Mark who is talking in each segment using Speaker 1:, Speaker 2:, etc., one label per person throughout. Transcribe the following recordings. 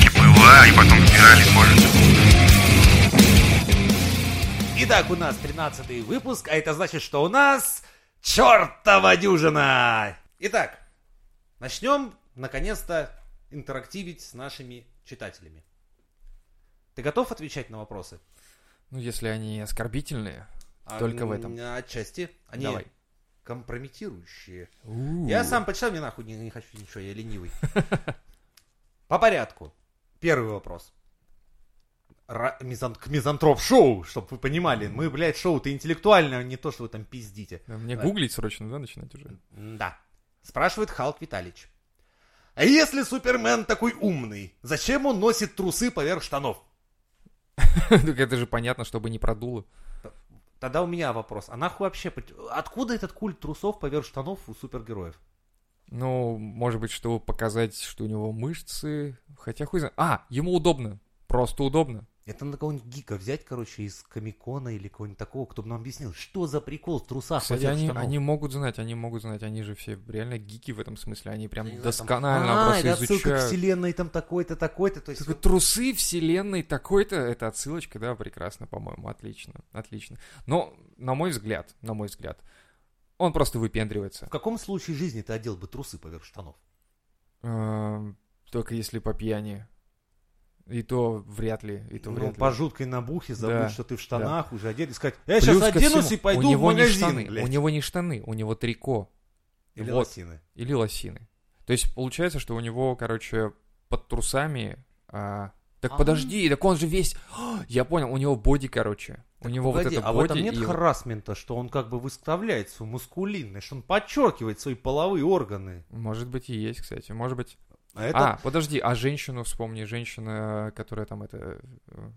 Speaker 1: и потом спиралить может.
Speaker 2: Итак, у нас 13 выпуск, а это значит, что у нас чертова дюжина! Итак, начнем, наконец-то, интерактивить с нашими читателями. Ты готов отвечать на вопросы?
Speaker 3: Ну, если они оскорбительные, только в этом.
Speaker 2: А, Отчасти. Они
Speaker 3: Давай.
Speaker 2: компрометирующие.
Speaker 3: У.
Speaker 2: Я сам почитал, мне нахуй не, не хочу ничего, я ленивый. По порядку. Первый вопрос. Ра- мизан- к мизантроп-шоу, чтобы вы понимали. Мы, блядь, шоу-то интеллектуальное, а не то, что вы там пиздите.
Speaker 3: Да, Мне
Speaker 2: Да.
Speaker 3: гуглить срочно, да, начинать уже?
Speaker 2: Да. Спрашивает Халк Виталич. А если Супермен такой умный, зачем он носит трусы поверх штанов?
Speaker 3: Так это же понятно, чтобы не продуло.
Speaker 2: Тогда у меня вопрос. А нахуй вообще... пот- Откуда этот культ трусов поверх штанов у супергероев?
Speaker 3: Ну, может быть, чтобы показать, что у него мышцы. Хотя хуй знает. А, ему удобно. Просто удобно.
Speaker 2: Это надо кого-нибудь гика взять, короче, из Комикона или кого-нибудь такого, кто бы нам объяснил, что за прикол в трусах
Speaker 3: Кстати,
Speaker 2: поверх
Speaker 3: они,
Speaker 2: штанов.
Speaker 3: они могут знать, они могут знать, они же все реально гики в этом смысле, они
Speaker 2: Я
Speaker 3: прям
Speaker 2: не знаю, там,
Speaker 3: досконально
Speaker 2: а, это
Speaker 3: просто
Speaker 2: отсылка к
Speaker 3: изучают.
Speaker 2: вселенной, там такой-то, такой-то, то есть...
Speaker 3: Такой,
Speaker 2: вот-
Speaker 3: трусы вселенной такой-то, это отсылочка, да, прекрасно, по-моему, отлично, отлично. Но, на мой взгляд, на мой взгляд, он просто выпендривается.
Speaker 2: В каком случае жизни ты одел бы трусы поверх штанов?
Speaker 3: Эм, Только если по пьяни. И то вряд ли, и то
Speaker 2: Ну,
Speaker 3: вряд ли.
Speaker 2: по жуткой набухе забыть,
Speaker 3: Да,
Speaker 2: что ты в штанах уже одет, и сказать, я
Speaker 3: Плюс
Speaker 2: сейчас
Speaker 3: ко
Speaker 2: оденусь
Speaker 3: всему,
Speaker 2: и пойду
Speaker 3: у него
Speaker 2: в магазин,
Speaker 3: не штаны,
Speaker 2: блядь».
Speaker 3: У него не штаны, у него трико
Speaker 2: Или
Speaker 3: вот.
Speaker 2: лосины.
Speaker 3: или лосины. То есть получается, что у него, короче, под трусами... а, Так
Speaker 2: А.
Speaker 3: подожди, так он же весь... А, я понял, у него боди, короче. у него
Speaker 2: Погоди,
Speaker 3: вот это
Speaker 2: а в
Speaker 3: боди...
Speaker 2: этом нет
Speaker 3: и-
Speaker 2: харасмента, что он как бы выставляет свою мускулинность, он подчеркивает свои половые органы.
Speaker 3: Может быть и есть, кстати. Может быть...
Speaker 2: А это
Speaker 3: А, подожди, а женщину вспомни. Женщина, которая там это... э,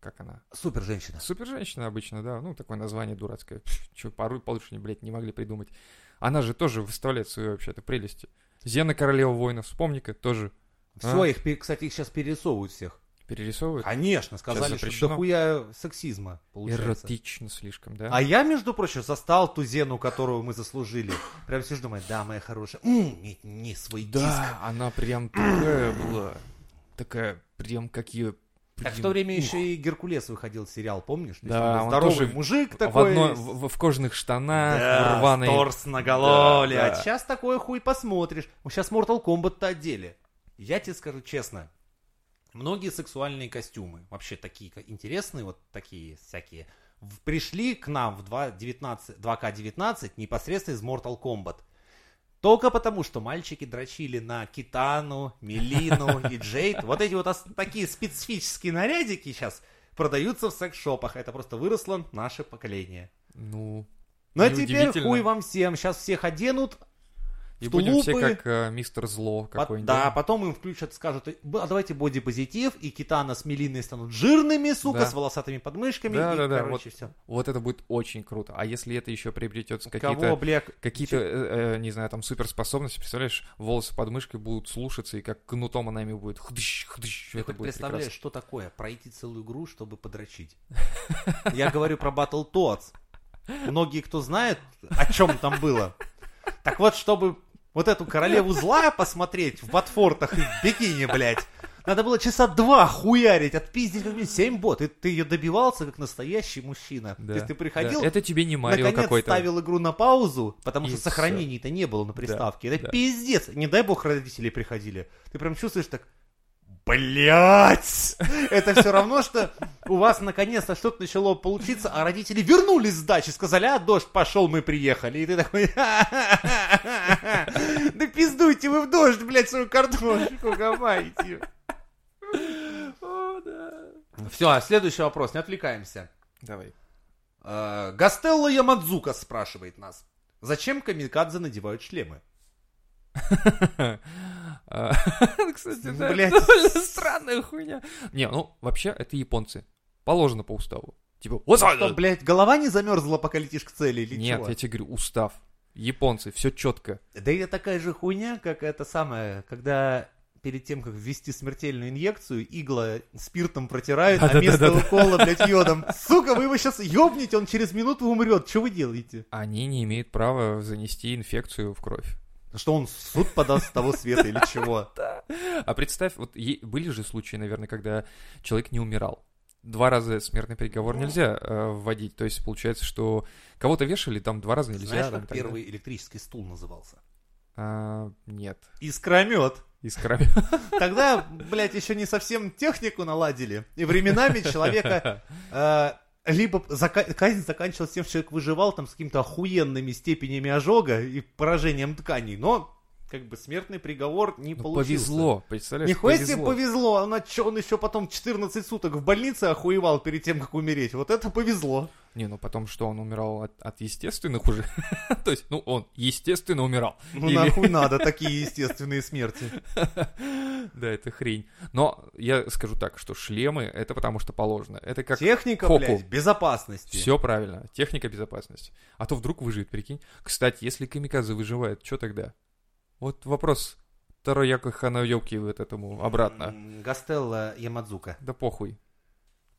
Speaker 3: Как она?
Speaker 2: супер женщина.
Speaker 3: Супер женщина обычно, да. Ну, такое название дурацкое. Пф, Чё, порой получше, блядь, не могли придумать. Она же тоже выставляет свои вообще-то прелести. Зена Королева Воинов, вспомни-ка, тоже
Speaker 2: Все,
Speaker 3: А.
Speaker 2: их, пе- кстати, их сейчас перерисовывают всех.
Speaker 3: перерисовывает.
Speaker 2: Конечно, сказали, что
Speaker 3: запрещено.
Speaker 2: дохуя сексизма А получается.
Speaker 3: Эротично слишком, да?
Speaker 2: А я, между прочим, застал ту Зену, которую мы заслужили. Прям сижу, думаю, да, моя хорошая, м, не, не свой диск.
Speaker 3: Да, она прям такая была. Такая прям как ее...
Speaker 2: Так А в то время еще и Геркулес выходил сериал, помнишь? То есть
Speaker 3: Да,
Speaker 2: там
Speaker 3: он
Speaker 2: здоровый
Speaker 3: тоже
Speaker 2: мужик
Speaker 3: в,
Speaker 2: такой.
Speaker 3: одной- в- в- в кожаных штанах,
Speaker 2: Да,
Speaker 3: в рваной...
Speaker 2: с торс нагололе.
Speaker 3: Да,
Speaker 2: А
Speaker 3: да.
Speaker 2: сейчас такое хуй посмотришь. Сейчас Mortal Kombat-то одели. Я тебе скажу честно. Многие сексуальные костюмы, вообще такие ка- интересные, вот такие всякие, в- пришли к нам в 2, 19, 2К19 непосредственно из Mortal Kombat. Только потому, что мальчики дрочили на Китану, Мелину и Джейд. Вот эти вот ос- такие специфические нарядики сейчас продаются в секс-шопах. Это просто выросло наше поколение.
Speaker 3: Ну,
Speaker 2: Ну а
Speaker 3: Неудивительно.
Speaker 2: теперь хуй вам всем. Сейчас всех оденут,
Speaker 3: и
Speaker 2: В
Speaker 3: будем все
Speaker 2: тулупы.
Speaker 3: как э, мистер зло
Speaker 2: пот-
Speaker 3: какой-нибудь.
Speaker 2: да, потом им включат, скажут, «Б- а давайте бодипозитив, и Китана с Мелиной станут жирными, сука,
Speaker 3: Да.
Speaker 2: с волосатыми подмышками,
Speaker 3: Да,
Speaker 2: и,
Speaker 3: да, да,
Speaker 2: короче, все.
Speaker 3: Вот это будет очень круто. А если это еще приобретет
Speaker 2: Кого,
Speaker 3: какие-то...
Speaker 2: бля,
Speaker 3: Какие-то, э, э, не знаю, там суперспособности, представляешь, волосы под мышкой будут слушаться, и как кнутом она ими будет. Хдыщ, хдыщ,
Speaker 2: ты
Speaker 3: это
Speaker 2: хоть
Speaker 3: будет
Speaker 2: представляешь,
Speaker 3: прекрасно.
Speaker 2: что такое пройти целую игру, чтобы подрочить? Я говорю про Battletoads. Многие, кто знает, о чем там было. Так вот, чтобы вот эту королеву зла посмотреть в ботфортах и в бикини, блядь, надо было часа два хуярить, отпиздить как минимум семь бот. И ты ее добивался, как настоящий мужчина.
Speaker 3: Да,
Speaker 2: То есть ты
Speaker 3: да.
Speaker 2: приходил,
Speaker 3: Это тебе не Марио
Speaker 2: наконец
Speaker 3: какой-то.
Speaker 2: ставил игру на паузу, потому
Speaker 3: И
Speaker 2: что
Speaker 3: всё.
Speaker 2: сохранений-то не было на приставке. Это
Speaker 3: да.
Speaker 2: пиздец. Не дай бог родители приходили. Ты прям чувствуешь так, Блять! Это все равно, что у вас наконец-то что-то начало получиться, а родители вернулись с дачи, сказали, а дождь пошел, мы приехали. И ты такой, «Ха-ха-ха-ха-ха! да пиздуйте вы в дождь, блядь, свою картошку гамайте. Все, следующий вопрос, не отвлекаемся.
Speaker 3: Давай.
Speaker 2: Э, Гастелло Ямадзука спрашивает нас. Зачем камикадзе надевают шлемы?
Speaker 3: А, Кстати,
Speaker 2: Ну,
Speaker 3: да,
Speaker 2: блядь.
Speaker 3: это довольно странная хуйня. Не, ну, вообще, это японцы. Положено по уставу. Типа, вот
Speaker 2: Что, блядь, голова не замерзла, пока летишь к цели или
Speaker 3: Нет,
Speaker 2: чего?
Speaker 3: я тебе говорю, устав. Японцы, все четко.
Speaker 2: Да это такая же хуйня, как это самое, когда перед тем, как ввести смертельную инъекцию, игла спиртом протирают, а
Speaker 3: Да-да-да-да.
Speaker 2: место укола, блядь, йодом. Сука, вы его сейчас ёбнете, он через минуту умрет. Что вы делаете?
Speaker 3: Они не имеют права занести инфекцию в кровь.
Speaker 2: Что он в суд подаст с того света или чего?
Speaker 3: Да. А представь, вот е- были же случаи, наверное, когда человек не умирал. Два раза смертный приговор
Speaker 2: Ну.
Speaker 3: нельзя э, вводить. То есть получается, что кого-то вешали, там два раза нельзя.
Speaker 2: Знаешь,
Speaker 3: там
Speaker 2: как
Speaker 3: так далее.
Speaker 2: первый электрический стул назывался?
Speaker 3: А, нет.
Speaker 2: Искромет.
Speaker 3: Искра.
Speaker 2: Тогда, блядь, еще не совсем технику наладили. И временами человека э, либо зака- казнь заканчивалась тем, что человек выживал там с какими-то охуенными степенями ожога и поражением тканей, но как бы смертный приговор не
Speaker 3: Ну,
Speaker 2: получился.
Speaker 3: повезло, представляешь?
Speaker 2: Нихуя себе повезло, он, отч- он еще потом 14 суток в больнице охуевал перед тем, как умереть. Вот это повезло.
Speaker 3: Не, ну потом что, он умирал от, от естественных уже? То есть, ну, он естественно умирал.
Speaker 2: Ну
Speaker 3: Или-
Speaker 2: нахуй надо такие естественные смерти.
Speaker 3: Да, это хрень. Но я скажу так, что шлемы, это потому что положено. Это как
Speaker 2: Техника,
Speaker 3: Фоку.
Speaker 2: блядь, безопасности.
Speaker 3: Все правильно. Техника безопасности. А то вдруг выживет, прикинь. Кстати, если камиказы выживает, что тогда? Вот вопрос Тарояко Ханаёки вот этому обратно.
Speaker 2: М, Гастелло Ямадзука.
Speaker 3: Да похуй.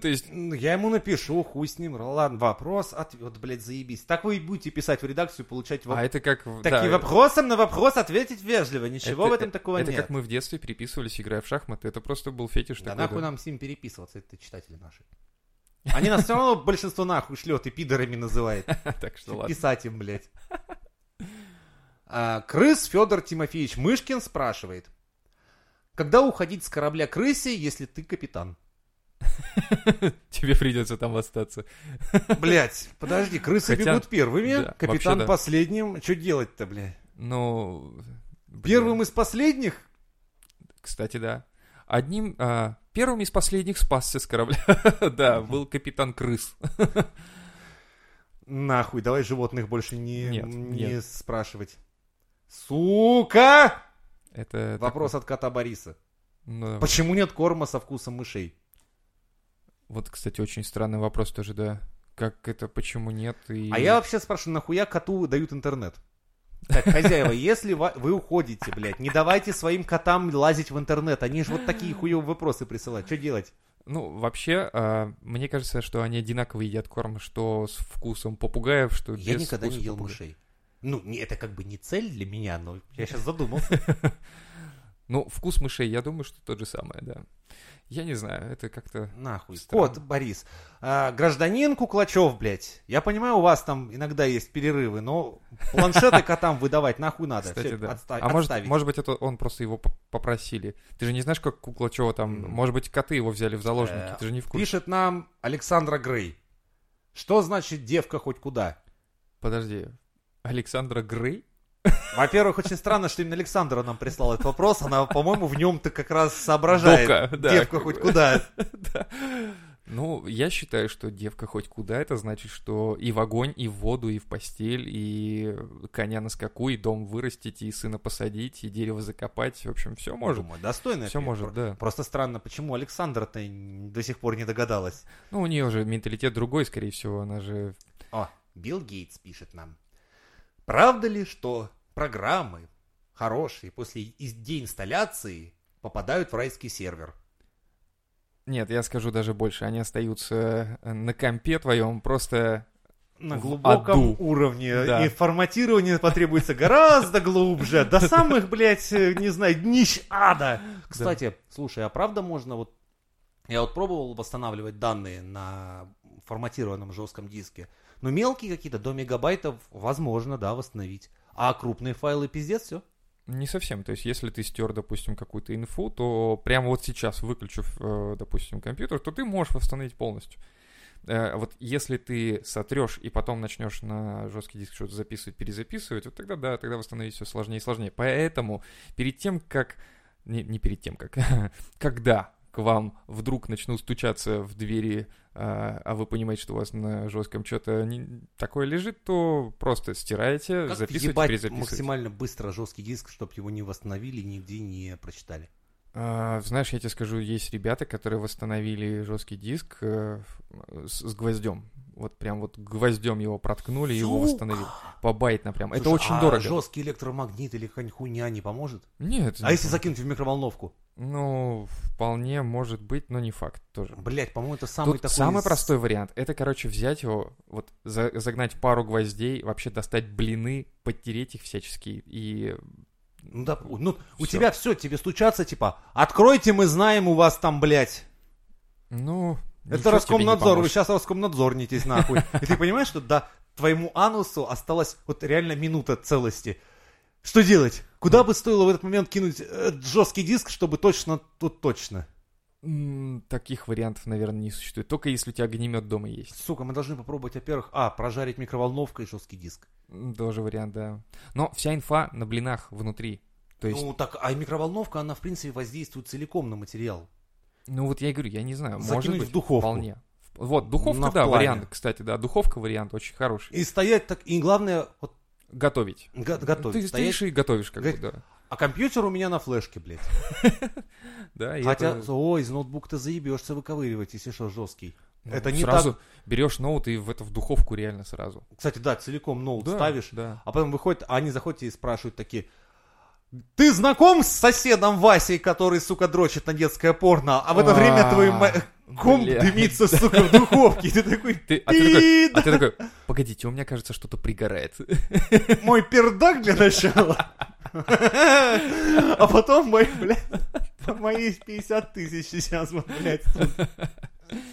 Speaker 3: То есть,
Speaker 2: Ну, Я ему напишу, хуй с ним. Ладно, вопрос, ответ, блядь, заебись. Так вы и будете писать в редакцию, получать вопрос.
Speaker 3: а это как... в-
Speaker 2: Такие
Speaker 3: да,
Speaker 2: вопросом на вопрос ответить вежливо. Ничего
Speaker 3: это- э,
Speaker 2: в этом такого
Speaker 3: это
Speaker 2: нет.
Speaker 3: как мы в детстве переписывались, играя в шахматы. Это просто был фетиш
Speaker 2: Да
Speaker 3: такой.
Speaker 2: нахуй
Speaker 3: да.
Speaker 2: нам с ним переписываться, это читатели наши. Они нас все равно большинство нахуй шлет и пидорами называет.
Speaker 3: Так что ладно.
Speaker 2: Писать им, блядь. А, Крыс Федор Тимофеевич Мышкин спрашивает. Когда уходить с корабля крыси, если ты капитан?
Speaker 3: Тебе придется там остаться.
Speaker 2: Блять, подожди, крысы
Speaker 3: Хотя-
Speaker 2: бегут первыми,
Speaker 3: да, вообще
Speaker 2: капитан
Speaker 3: да.
Speaker 2: последним. Что делать-то, блядь?
Speaker 3: Ну... блин,
Speaker 2: Первым из последних?
Speaker 3: Кстати, да. Одним... а, Первым из последних спасся с корабля. Да, был капитан Крыс.
Speaker 2: Нахуй, давай животных больше не,
Speaker 3: Нет,
Speaker 2: не
Speaker 3: нет.
Speaker 2: спрашивать. Сука!
Speaker 3: Это...
Speaker 2: Вопрос от кота Бориса.
Speaker 3: такой- ну, да.
Speaker 2: Почему нет корма со вкусом мышей?
Speaker 3: Вот, кстати, очень странный вопрос тоже, да. Как это, почему нет? И...
Speaker 2: А я вообще спрашиваю, нахуя коту дают интернет? Так, хозяева, если ва- вы уходите, блядь, не давайте своим котам лазить в интернет. Они же вот такие хуевые вопросы присылают. Что делать?
Speaker 3: Ну, вообще, а, мне кажется, что они одинаково едят корм, что с вкусом попугаев, что
Speaker 2: Я
Speaker 3: без
Speaker 2: никогда не
Speaker 3: вкуса
Speaker 2: ел
Speaker 3: попугая.
Speaker 2: мышей. Ну, не- это как бы не цель для меня, но я сейчас задумался.
Speaker 3: Ну, вкус мышей, я думаю, что тот же самое, да. Я не знаю, это как-то...
Speaker 2: Нахуй.
Speaker 3: Странно.
Speaker 2: Кот, Борис. А, гражданин Куклачев, блядь. Я понимаю, у вас там иногда есть перерывы, но планшеты котам выдавать нахуй надо.
Speaker 3: Кстати,
Speaker 2: Всё,
Speaker 3: да.
Speaker 2: отста-
Speaker 3: а может,
Speaker 2: отставить.
Speaker 3: может быть, это он просто его поп- попросили. Ты же не знаешь, как Куклачева там...
Speaker 2: М.
Speaker 3: Может быть, коты его взяли в заложники,
Speaker 2: Э,
Speaker 3: ты же не в курсе.
Speaker 2: Пишет нам Александра Грей. Что значит девка хоть куда?
Speaker 3: Подожди, Александра Грей?
Speaker 2: Во-первых, очень странно, что именно Александра нам прислала этот вопрос. Она, по-моему, в нем-то как раз соображает.
Speaker 3: Дока, да.
Speaker 2: девка хоть куда.
Speaker 3: Да. Ну, я считаю, что девка хоть куда, это значит, что и в огонь, и в воду, и в постель, и коня на скаку, и дом вырастить, и сына посадить, и дерево закопать. В общем, все может.
Speaker 2: Думаю, достойно.
Speaker 3: Все может, да.
Speaker 2: Просто странно, почему Александра-то н- до сих пор не догадалась.
Speaker 3: Ну, у нее же менталитет другой, скорее всего, она же...
Speaker 2: О, Билл Гейтс пишет нам. Правда ли, что программы хорошие после из- деинсталляции попадают в райский сервер?
Speaker 3: Нет, я скажу даже больше, они остаются э, на компе твоем, просто...
Speaker 2: На
Speaker 3: В
Speaker 2: глубоком
Speaker 3: аду.
Speaker 2: уровне.
Speaker 3: Да.
Speaker 2: И форматирование потребуется гораздо глубже. До самых, блядь, э, не знаю, днищ ада. Кстати, слушай, а правда можно вот... Я вот пробовал восстанавливать данные на форматированном жестком диске. Но мелкие какие-то, до мегабайтов, возможно, да, восстановить. А крупные файлы пиздец, все.
Speaker 3: Не совсем. То есть, если ты стер, допустим, какую-то инфу, то прямо вот сейчас, выключив, э, допустим, компьютер, то ты можешь восстановить полностью. Э, Вот если ты сотрешь и потом начнешь на жесткий диск что-то записывать, перезаписывать, вот тогда да, тогда восстановить все сложнее и сложнее. Поэтому перед тем, как... Не, не перед тем, как... Когда к вам вдруг начнут стучаться в двери, а а вы понимаете, что у вас на жестком что-то не- такое лежит, то просто стираете,
Speaker 2: Как
Speaker 3: записываете,
Speaker 2: въебать
Speaker 3: перезаписываете.
Speaker 2: максимально быстро жесткий диск, чтобы его не восстановили, нигде не прочитали.
Speaker 3: А, Знаешь, я тебе скажу, есть ребята, которые восстановили жесткий диск э, с, с гвоздем. Вот прям вот гвоздем его проткнули и его
Speaker 2: Сука!
Speaker 3: восстановили. Побайтно прям. Это
Speaker 2: Слушай,
Speaker 3: очень
Speaker 2: а
Speaker 3: дорого.
Speaker 2: жесткий электромагнит или какая-нибудь хуйня не поможет?
Speaker 3: Нет.
Speaker 2: А если закинуть в микроволновку?
Speaker 3: Ну, вполне может быть, но не факт тоже.
Speaker 2: Блять, по-моему, это самый
Speaker 3: Тут
Speaker 2: такой...
Speaker 3: самый
Speaker 2: с-
Speaker 3: простой вариант. Это, короче, взять его, вот за- загнать пару гвоздей, вообще достать блины, подтереть их всячески и
Speaker 2: Ну, да, ну у
Speaker 3: Всё.
Speaker 2: тебя все, тебе стучатся, типа, откройте, мы знаем, у вас там, блядь.
Speaker 3: Ну,
Speaker 2: Это
Speaker 3: ничего тебе не
Speaker 2: Роскомнадзор, вы
Speaker 3: поможет.
Speaker 2: сейчас Роскомнадзорнитесь нахуй. И ты понимаешь, что да, твоему анусу осталась вот реально минута целости. Что делать? Куда бы стоило в этот момент кинуть э, жесткий диск, чтобы точно, тут точно?
Speaker 3: М, Таких вариантов, наверное, не существует. Только если у тебя огнемет дома есть.
Speaker 2: Сука, мы должны попробовать, во-первых, а, прожарить микроволновкой жесткий диск.
Speaker 3: М, Тоже вариант, да. Но вся инфа на блинах внутри. То есть, ну,
Speaker 2: Ну так, а микроволновка, она, в принципе, воздействует целиком на материал.
Speaker 3: ну, вот я и говорю, я не знаю. Может
Speaker 2: Закинуть
Speaker 3: быть,
Speaker 2: в духовку.
Speaker 3: вполне. В- Вот, духовка,
Speaker 2: На
Speaker 3: да,
Speaker 2: плане.
Speaker 3: вариант, кстати, да. Духовка вариант очень хороший.
Speaker 2: И стоять так, и главное, вот
Speaker 3: Готовить.
Speaker 2: го- готовить.
Speaker 3: Ты
Speaker 2: стоять.
Speaker 3: стоишь и готовишь, как бы,
Speaker 2: Га-
Speaker 3: да.
Speaker 2: А компьютер у меня на флешке, блядь.
Speaker 3: Да, и
Speaker 2: Хотя,
Speaker 3: это-
Speaker 2: ой, из ноутбука-то заебешься выковыривать, если что, жесткий.
Speaker 3: ну,
Speaker 2: это не
Speaker 3: сразу берешь ноут и в это в духовку реально сразу.
Speaker 2: Кстати, да, целиком ноут
Speaker 3: Да,
Speaker 2: ставишь,
Speaker 3: Да.
Speaker 2: а потом выходит, а они заходят и спрашивают такие, ты знаком с соседом Васей, который, сука, дрочит на детское порно, а в это
Speaker 3: А,
Speaker 2: время твой ма- комп
Speaker 3: бля.
Speaker 2: дымится, сука, в духовке, и ты такой,
Speaker 3: Ты, а, ты такой,
Speaker 2: «Пи,
Speaker 3: а ты такой, погодите, у меня кажется, что-то пригорает.
Speaker 2: мой пердак для начала. А потом мои, блядь, мои 50 тысяч сейчас, вот, блядь, тут.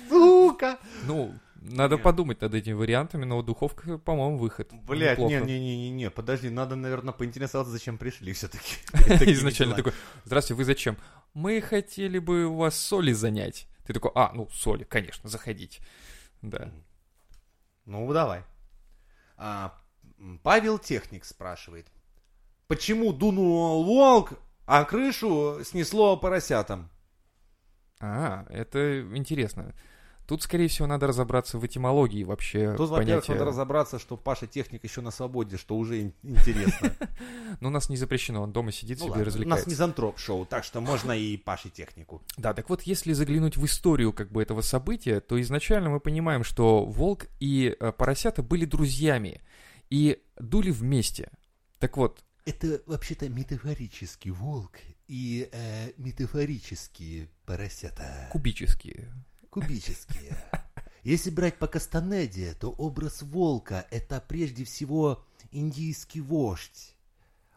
Speaker 2: сука.
Speaker 3: Ну, надо
Speaker 2: Не.
Speaker 3: подумать над этими вариантами, но духовка, по-моему, выход.
Speaker 2: Блядь,
Speaker 3: Неплохо.
Speaker 2: не-не-не-не, подожди, надо, наверное, поинтересоваться, зачем пришли все-таки.
Speaker 3: Изначально такой, здравствуйте, вы зачем? Мы хотели бы у вас соли занять. Ты такой, а, ну, соли, конечно, заходите. Да.
Speaker 2: Ну, давай. А, м, Павел Техник спрашивает. Почему дунул волк, а крышу снесло поросятам?
Speaker 3: А, это интересно. Тут, скорее всего, надо разобраться в этимологии вообще.
Speaker 2: Тут, во-первых,
Speaker 3: понятия.
Speaker 2: надо разобраться, что Паша Техник еще на свободе, что уже ин- интересно.
Speaker 3: Но у нас не запрещено, он дома сидит
Speaker 2: Ну
Speaker 3: себе
Speaker 2: ладно, У
Speaker 3: и
Speaker 2: нас
Speaker 3: развлекается.
Speaker 2: мизантроп-шоу, так что можно и Паше Технику.
Speaker 3: Да, так вот, если заглянуть в историю как бы этого события, то изначально мы понимаем, что волк и э, поросята были друзьями и дули вместе. Так вот,
Speaker 2: Это вообще-то метафорический волк и э, метафорические поросята.
Speaker 3: кубические.
Speaker 2: Кубические. Если брать по Кастанеде, то образ волка – это прежде всего индийский вождь.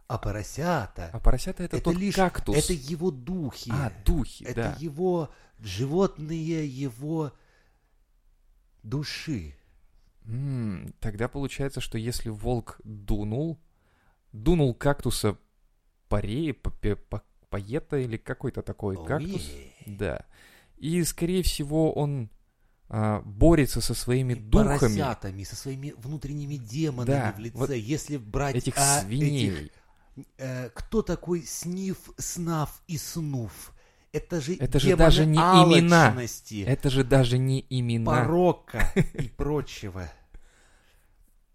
Speaker 2: А поросята
Speaker 3: А поросята это,
Speaker 2: Это
Speaker 3: тот
Speaker 2: лишь-
Speaker 3: кактус.
Speaker 2: это его духи.
Speaker 3: А, духи,
Speaker 2: это
Speaker 3: да.
Speaker 2: его животные, его души.
Speaker 3: М, тогда получается, что если волк дунул, дунул кактуса пареи, поета или какой-то такой кактус.
Speaker 2: Ой.
Speaker 3: Да. И, скорее всего, он а, борется со своими
Speaker 2: И
Speaker 3: духами
Speaker 2: поросятами, со своими внутренними демонами
Speaker 3: Да,
Speaker 2: в лице.
Speaker 3: вот
Speaker 2: Если брать
Speaker 3: этих
Speaker 2: а,
Speaker 3: свиней.
Speaker 2: этих, э, кто такой сниф, снав и снув? Это же
Speaker 3: Это же
Speaker 2: демоны
Speaker 3: даже не имена.
Speaker 2: алчности.
Speaker 3: Это же даже не имена.
Speaker 2: порока и прочего.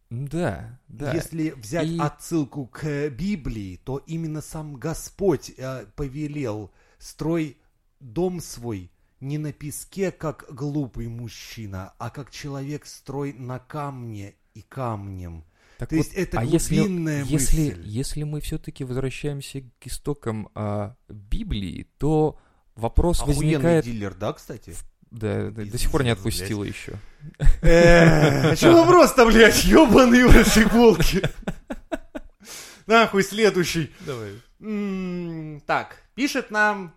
Speaker 3: Да, да.
Speaker 2: Если взять
Speaker 3: И-
Speaker 2: отсылку к Библии, то именно сам Господь э, повелел строй дом свой не на песке, как глупый мужчина, а как человек строй на камне и камнем.
Speaker 3: Так
Speaker 2: То есть это
Speaker 3: а если,
Speaker 2: глубинная
Speaker 3: если,
Speaker 2: мысль.
Speaker 3: если мы все-таки возвращаемся к истокам а, Библии, то вопрос
Speaker 2: Охуенный
Speaker 3: возникает...
Speaker 2: дилер, да, кстати?
Speaker 3: Да, да, до
Speaker 2: Пиздец,
Speaker 3: сих пор не
Speaker 2: блядь.
Speaker 3: отпустила еще.
Speaker 2: Э, Че вопрос-то, блядь, ебаные в этой иголки. Нахуй следующий.
Speaker 3: Давай.
Speaker 2: М, Так, пишет нам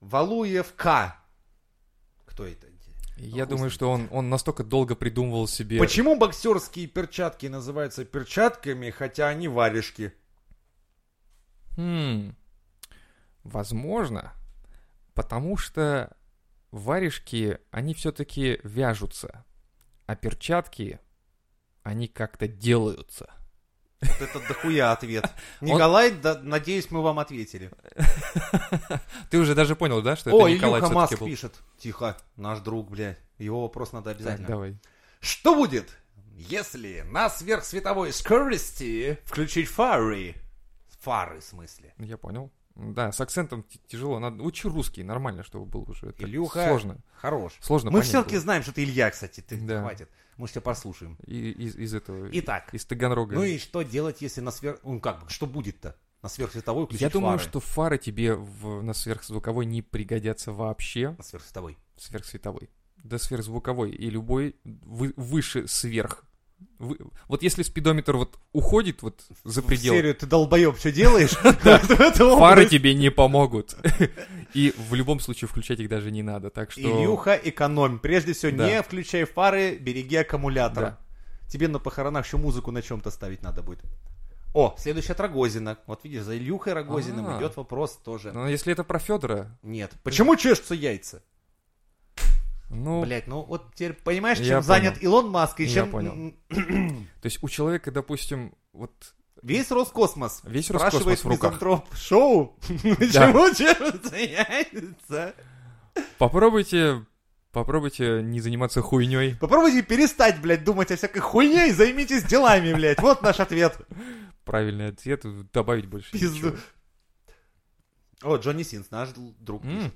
Speaker 2: Валуев К. Кто это?
Speaker 3: Я
Speaker 2: Хуй
Speaker 3: думаю,
Speaker 2: знает.
Speaker 3: что он, он настолько долго придумывал себе...
Speaker 2: Почему боксерские перчатки называются перчатками, хотя они варежки?
Speaker 3: Хм. Возможно, потому что варежки, они все-таки вяжутся, а перчатки, они как-то делаются.
Speaker 2: Вот это дохуя ответ. Николай, да, надеюсь, мы вам ответили.
Speaker 3: Ты уже даже понял, да, что
Speaker 2: О,
Speaker 3: это Николай
Speaker 2: Илюха
Speaker 3: всё-таки
Speaker 2: Маск
Speaker 3: был?
Speaker 2: пишет. Тихо, наш друг, блядь. Его вопрос надо
Speaker 3: Так,
Speaker 2: обязательно.
Speaker 3: давай.
Speaker 2: Что будет, если на сверхсветовой скорости включить фары? Фары, в смысле.
Speaker 3: Ну, Я понял. Да, с акцентом т- тяжело. Надо... Учи русский, нормально, чтобы был уже. Это
Speaker 2: Илюха,
Speaker 3: Сложно.
Speaker 2: Хорош.
Speaker 3: Сложно
Speaker 2: Мы
Speaker 3: понять
Speaker 2: все-таки
Speaker 3: было.
Speaker 2: знаем, что ты Илья, кстати. Ты,
Speaker 3: Да.
Speaker 2: Хватит. Мы ж тебя послушаем.
Speaker 3: И- из, из этого...
Speaker 2: Итак,
Speaker 3: Из Таганрога.
Speaker 2: ну и что делать, если на сверх... Ну как бы, что будет-то? На сверхсветовой включить
Speaker 3: Я думаю,
Speaker 2: фары?
Speaker 3: что фары тебе в- на сверхзвуковой не пригодятся вообще.
Speaker 2: На сверхсветовой.
Speaker 3: Сверхсветовой. Да сверхзвуковой. И любой вы- выше сверх Вы- Вот если спидометр вот уходит вот за пределы,
Speaker 2: серию ты долбоеб, что делаешь? Да.
Speaker 3: фары тебе не помогут. И в любом случае включать их даже не надо, так что...
Speaker 2: Илюха, экономь. Прежде всего,
Speaker 3: Да.
Speaker 2: не включай фары, береги аккумулятор.
Speaker 3: Да.
Speaker 2: Тебе на похоронах еще музыку на чем-то ставить надо будет. О, следующая от Рогозина. Вот видишь, за Илюхой Рогозиным
Speaker 3: А. Ну.
Speaker 2: идет вопрос тоже.
Speaker 3: Но если это про Федора,
Speaker 2: Нет. Почему чешутся яйца?
Speaker 3: ну,
Speaker 2: Блять, ну вот теперь понимаешь,
Speaker 3: Я
Speaker 2: чем занят Илон Маск и
Speaker 3: Я
Speaker 2: чем
Speaker 3: понял.
Speaker 2: м,
Speaker 3: то есть у человека, допустим, вот
Speaker 2: весь Роскосмос
Speaker 3: весь
Speaker 2: спрашивает
Speaker 3: Роскосмос в руках.
Speaker 2: мизантроп шоу, почему чешутся яйца?
Speaker 3: Попробуйте, попробуйте не заниматься хуйней.
Speaker 2: Попробуйте перестать, блядь, думать о всякой хуйне и займитесь делами, блядь. Вот наш ответ.
Speaker 3: Правильный ответ, добавить больше
Speaker 2: Пизду.
Speaker 3: ничего.
Speaker 2: О, Джонни Синс, наш дл- друг
Speaker 3: М.
Speaker 2: пишет.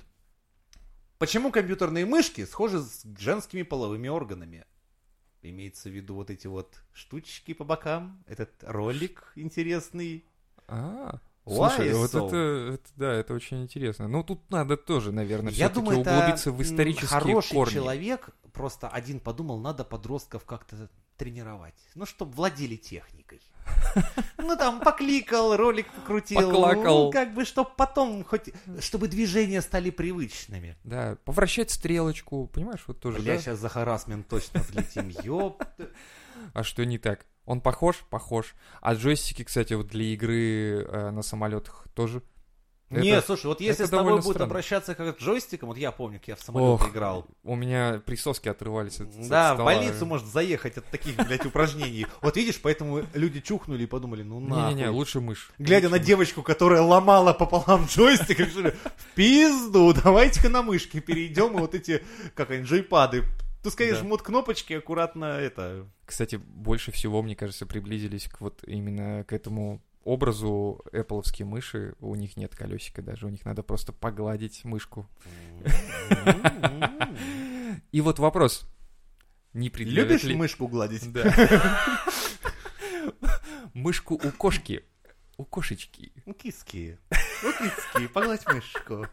Speaker 2: Почему компьютерные мышки схожи с женскими половыми органами? Имеется в виду вот эти вот штучки по бокам, этот ролик интересный.
Speaker 3: А,
Speaker 2: Why
Speaker 3: слушай, вот
Speaker 2: so?
Speaker 3: это, это- да, это очень интересно. Ну, тут надо тоже, наверное,
Speaker 2: Я
Speaker 3: все-таки
Speaker 2: думаю, это
Speaker 3: углубиться в
Speaker 2: м,
Speaker 3: исторические
Speaker 2: хороший
Speaker 3: корни.
Speaker 2: человек просто один подумал, надо подростков как-то тренировать. Ну, чтобы владели техникой. Ну, там, покликал, ролик покрутил.
Speaker 3: Поклакал.
Speaker 2: Ну, как бы, чтобы потом хоть... Чтобы движения стали привычными.
Speaker 3: Да, повращать стрелочку, понимаешь, вот тоже,
Speaker 2: Бля,
Speaker 3: да?
Speaker 2: сейчас за харасмент точно взлетим. Ёп.
Speaker 3: А что не так? Он похож? Похож. А джойстики, кстати, вот для игры э, на самолетах тоже. Это-
Speaker 2: Не, слушай, вот если
Speaker 3: это
Speaker 2: с тобой
Speaker 3: довольно
Speaker 2: будут
Speaker 3: странно.
Speaker 2: обращаться как с джойстиком, вот я помню, как я в
Speaker 3: Ох,
Speaker 2: самолет играл.
Speaker 3: У меня присоски отрывались от, от
Speaker 2: Да, в
Speaker 3: стола.
Speaker 2: больницу может заехать от таких, блядь, упражнений. Вот видишь, поэтому люди чухнули и подумали, ну нахуй.
Speaker 3: Не-не-не, лучше мышь.
Speaker 2: Глядя на
Speaker 3: Лучше
Speaker 2: девочку, которая ломала пополам джойстик, решили, в пизду, давайте-ка на мышки перейдем, и вот эти, как они, джойпады. Ты скорее
Speaker 3: Да.
Speaker 2: жмут кнопочки, аккуратно это...
Speaker 3: Кстати, больше всего, мне кажется, приблизились к вот именно к этому образу Apple'овские мыши. У них нет колесика даже, у них надо просто погладить мышку. И вот вопрос. Не предъявят
Speaker 2: Любишь
Speaker 3: ли-
Speaker 2: мышку гладить?
Speaker 3: Да. Мышку у кошки. У кошечки.
Speaker 2: Ну, киски. Ну, киски, погладь мышку.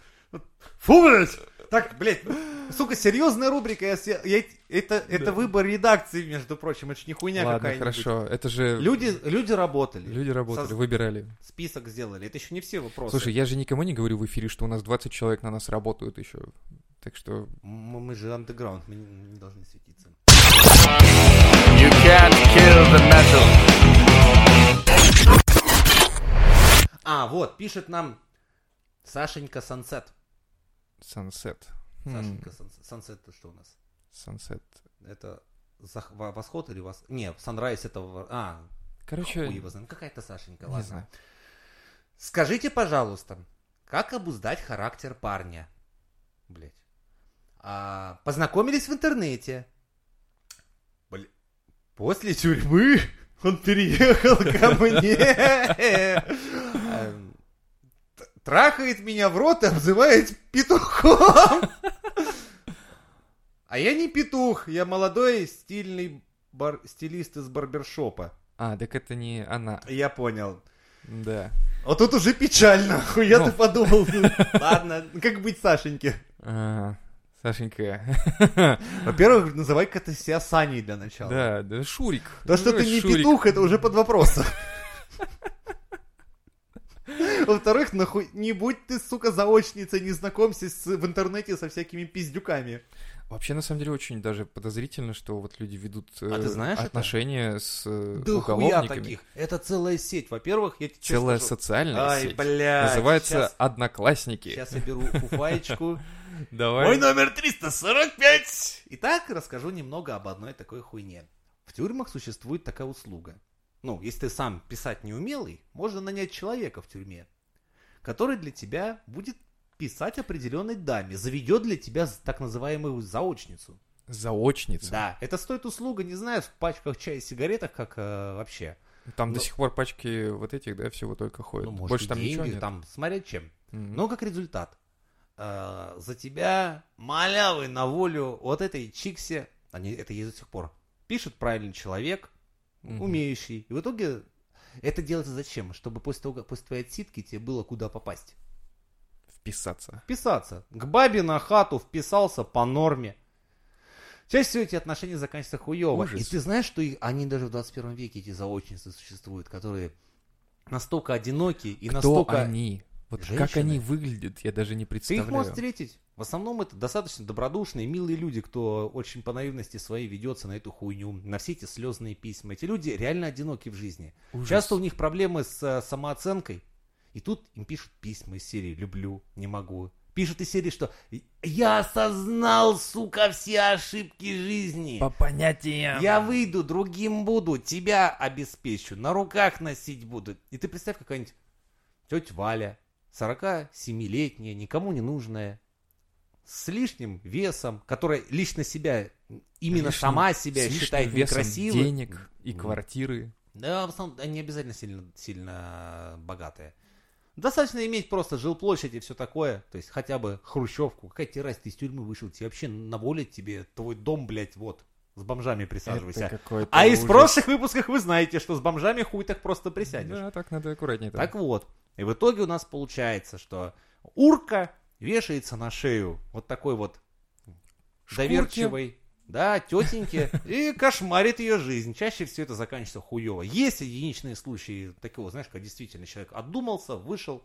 Speaker 2: Фу, блядь! Так, блядь, ну, сука, серьезная рубрика. я се- я- это, это
Speaker 3: Да.
Speaker 2: выбор редакции, между прочим, это ж не хуйня
Speaker 3: Ладно,
Speaker 2: какая-нибудь.
Speaker 3: хорошо. Это же
Speaker 2: Люди, люди работали.
Speaker 3: люди работали,
Speaker 2: Соз-
Speaker 3: выбирали.
Speaker 2: Список сделали. Это еще не все вопросы.
Speaker 3: Слушай, я же никому не говорю в эфире, что у нас 20 человек на нас работают еще. Так что
Speaker 2: М- Мы же андеграунд, мы не не должны светиться.
Speaker 1: You can't kill the metal.
Speaker 2: А, вот, пишет нам Сашенька Сансет.
Speaker 3: сансет. Хм,
Speaker 2: Сашенька Сансет. Сансет это что у нас?
Speaker 3: Сансет.
Speaker 2: Это зах- во- восход или вас? Не, Санрайз это... во- А,
Speaker 3: Короче,
Speaker 2: хуй его знает. Ну, Какая-то Сашенька,
Speaker 3: не знаю.
Speaker 2: ладно. Скажите, пожалуйста, как обуздать характер парня? Блять. познакомились в интернете. Бля- После тюрьмы он переехал ко мне. Эм, т- Трахает меня в рот и обзывает петухом. А я не петух, я молодой стильный бар- стилист из барбершопа.
Speaker 3: А, так это не она.
Speaker 2: Я понял.
Speaker 3: Да.
Speaker 2: А тут уже печально, хуя
Speaker 3: Ну.
Speaker 2: ты подумал. Ладно, как быть Сашеньке?
Speaker 3: А, Сашенька.
Speaker 2: Во-первых, называй-ка ты себя Саней для начала.
Speaker 3: Да, да, Шурик.
Speaker 2: То, что
Speaker 3: Давай
Speaker 2: ты не
Speaker 3: Шурик.
Speaker 2: петух, это уже под вопросом. Во-вторых, нахуй, не будь ты, сука, заочницей, не знакомься с- в интернете со всякими пиздюками.
Speaker 3: Вообще, на самом деле, очень даже подозрительно, что вот люди ведут
Speaker 2: А ты
Speaker 3: э,
Speaker 2: знаешь это?
Speaker 3: отношения с э,
Speaker 2: Да хуя
Speaker 3: уголовниками.
Speaker 2: таких. Это целая сеть. Во-первых, я тебе честно
Speaker 3: Целая
Speaker 2: скажу.
Speaker 3: социальная
Speaker 2: Ай,
Speaker 3: сеть.
Speaker 2: бля.
Speaker 3: Называется «Одноклассники».
Speaker 2: Сейчас я беру фуфаечку.
Speaker 3: Давай.
Speaker 2: Мой номер 345! Итак, расскажу немного об одной такой хуйне. В тюрьмах существует такая услуга. Ну, если ты сам писать неумелый, можно нанять человека в тюрьме, который для тебя будет писать определенной даме, заведет для тебя з- так называемую заочницу.
Speaker 3: Заочница.
Speaker 2: Да, это стоит услуга, не знаю, в пачках чая и сигаретах, как э, вообще.
Speaker 3: Там
Speaker 2: Ну-
Speaker 3: до сих пор пачки вот этих, да, всего только ходят.
Speaker 2: ну, может,
Speaker 3: Больше
Speaker 2: и
Speaker 3: там ничего
Speaker 2: деньги,
Speaker 3: нет.
Speaker 2: там, ну, смотря чем.
Speaker 3: Мгм.
Speaker 2: Но как результат, э, за тебя малявы на волю вот этой Чиксе, они, это есть до сих пор, пишет правильный человек,
Speaker 3: Мгм.
Speaker 2: умеющий. И в итоге это делается зачем? Чтобы после того, как- после твоей отсидки тебе было куда попасть.
Speaker 3: Вписаться.
Speaker 2: Вписаться. К бабе на хату вписался по норме. Чаще всего эти отношения заканчиваются хуево.
Speaker 3: Ужас.
Speaker 2: И ты знаешь, что и они даже в 21 веке, эти заочницы, существуют, которые настолько одиноки и
Speaker 3: Кто
Speaker 2: настолько...
Speaker 3: они? Вот как
Speaker 2: Женщины.
Speaker 3: они выглядят, я даже не
Speaker 2: Ты
Speaker 3: представляю.
Speaker 2: их можешь встретить. В основном это достаточно добродушные, милые люди, кто очень по наивности своей ведется на эту хуйню, на все эти слезные письма. Эти люди реально одиноки в жизни.
Speaker 3: Ужас.
Speaker 2: Часто у них проблемы с э, самооценкой. И тут им пишут письма из серии «люблю», «не могу». Пишут из серии, что «я осознал, сука, все ошибки жизни».
Speaker 3: По понятиям.
Speaker 2: Я выйду, другим буду, тебя обеспечу, на руках носить буду. И ты представь, какая-нибудь тетя Валя, 47-летняя, никому не нужная, с лишним весом, которая лично себя, именно
Speaker 3: Лишним-
Speaker 2: сама
Speaker 3: С
Speaker 2: себя
Speaker 3: лишним
Speaker 2: считает
Speaker 3: весом
Speaker 2: некрасивой.
Speaker 3: денег и
Speaker 2: Ну.
Speaker 3: квартиры.
Speaker 2: Да, в основном они обязательно сильно, сильно богатые. Достаточно иметь просто жилплощадь и все такое, то есть хотя бы хрущевку. Какая тебе разница, ты из тюрьмы вышел, тебе вообще наволить тебе твой дом, блядь, вот, с бомжами присаживайся.
Speaker 3: Это какой-то
Speaker 2: А из
Speaker 3: ужас.
Speaker 2: прошлых выпусков вы знаете, что с бомжами хуй так просто присядешь.
Speaker 3: Да, так надо аккуратнее.
Speaker 2: Так вот, и в итоге у нас получается, что урка вешается на шею вот такой вот
Speaker 3: Шкурке.
Speaker 2: доверчивой, да, тетеньке, и кошмарит ее жизнь. Чаще все это заканчивается хуево. Есть единичные случаи такого, знаешь, когда действительно человек отдумался, вышел.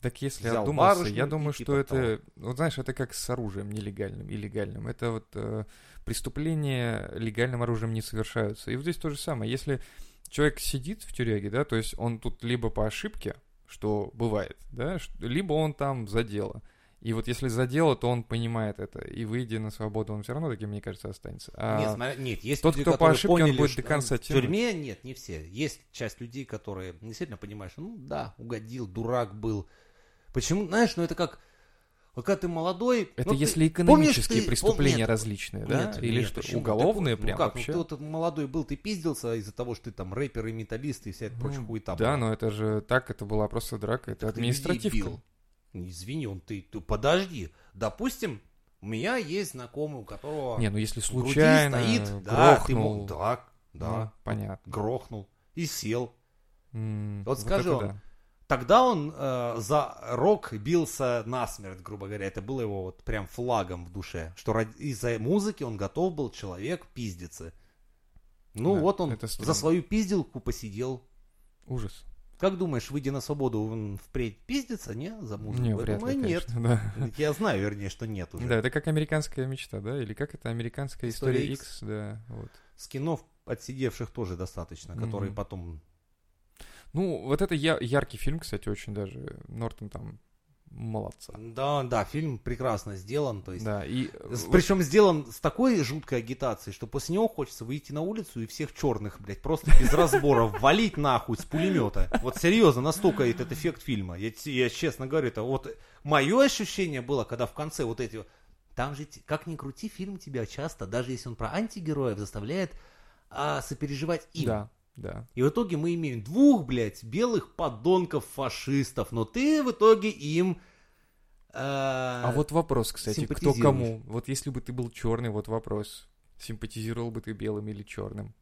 Speaker 3: Так если
Speaker 2: Взял
Speaker 3: одумался,
Speaker 2: барышню
Speaker 3: я
Speaker 2: и
Speaker 3: думаю,
Speaker 2: типа
Speaker 3: что это, вот знаешь, это как с оружием нелегальным и легальным. Это вот э, преступления легальным оружием не совершаются. И вот здесь то же самое. Если человек сидит в тюряге, да, то есть он тут либо по ошибке, что бывает, да, ш- либо он там за дело. И вот если за дело, то он понимает это. И выйдя на свободу, он все равно таким, мне кажется, останется. А
Speaker 2: Нет, смотри, нет, есть
Speaker 3: тот,
Speaker 2: люди,
Speaker 3: кто по
Speaker 2: которые
Speaker 3: ошибке, он
Speaker 2: поняли,
Speaker 3: будет
Speaker 2: что
Speaker 3: до конца
Speaker 2: в
Speaker 3: тянуть.
Speaker 2: тюрьме нет, не все. Есть часть людей, которые действительно понимаешь, ну да, угодил, дурак был. Почему, знаешь, ну это как, вот когда ты молодой...
Speaker 3: это
Speaker 2: ну, ты-
Speaker 3: если
Speaker 2: помнишь,
Speaker 3: экономические
Speaker 2: ты-
Speaker 3: преступления
Speaker 2: помнишь,
Speaker 3: различные, да?
Speaker 2: Нет,
Speaker 3: Или
Speaker 2: нет,
Speaker 3: что,
Speaker 2: почему?
Speaker 3: уголовные
Speaker 2: Такое-
Speaker 3: прям
Speaker 2: ну как,
Speaker 3: вообще?
Speaker 2: Ну ты вот молодой был, ты пиздился из-за того, что ты там рэпер и металлист и вся эта прочая
Speaker 3: Ну,
Speaker 2: хуета
Speaker 3: Да,
Speaker 2: была.
Speaker 3: но это же так, это была просто драка, это
Speaker 2: Так ты людей
Speaker 3: административка.
Speaker 2: бил. Ну, Извини, он ты, ты подожди. Допустим, у меня есть знакомый, у которого
Speaker 3: Не, ну если
Speaker 2: в груди
Speaker 3: случайно
Speaker 2: стоит, да, ты
Speaker 3: грохнул,
Speaker 2: мог, да, да,
Speaker 3: ну, понятно.
Speaker 2: грохнул и сел.
Speaker 3: М,
Speaker 2: Вот скажи
Speaker 3: это
Speaker 2: вам,
Speaker 3: да.
Speaker 2: Тогда он э, за рок бился насмерть, грубо говоря. Это было его вот прям флагом в душе, что ради- из-за музыки он готов был человек пиздиться. Ну
Speaker 3: Да,
Speaker 2: вот он
Speaker 3: это странно.
Speaker 2: за свою пизделку посидел.
Speaker 3: Ужас.
Speaker 2: Как думаешь, выйдя на свободу, он впредь пиздится, не? За музыку?
Speaker 3: Не,
Speaker 2: Я
Speaker 3: вряд ли,
Speaker 2: думаю, нет.
Speaker 3: конечно, да.
Speaker 2: Я знаю, вернее, что нет уже.
Speaker 3: Да, это как американская мечта, да? Или как это американская
Speaker 2: История
Speaker 3: история
Speaker 2: X.
Speaker 3: X, да, вот.
Speaker 2: Скинов отсидевших тоже достаточно, которые
Speaker 3: Мгм.
Speaker 2: потом...
Speaker 3: Ну, вот это я- яркий фильм, кстати, очень даже. Нортон там молодца.
Speaker 2: Да, да, фильм прекрасно сделан, то есть...
Speaker 3: Да, и...
Speaker 2: С-
Speaker 3: Э, вот
Speaker 2: Причем сделан с такой жуткой агитацией, что после него хочется выйти на улицу и всех черных, блядь, просто без разбора валить нахуй с пулемета. Вот серьезно, настолько этот эффект фильма. Я, те- я честно говорю, это вот мое ощущение было, когда в конце вот эти... вот- Там же, те- как ни крути, фильм тебя часто, даже если он про антигероев, заставляет а, сопереживать им.
Speaker 3: Да, да.
Speaker 2: И в итоге мы имеем двух, блядь, белых подонков-фашистов, но ты в итоге им... э,
Speaker 3: А вот вопрос, кстати, кто
Speaker 2: симпатизируешь.
Speaker 3: кому? Вот если бы ты был черный, вот вопрос. Симпатизировал бы ты белым или черным?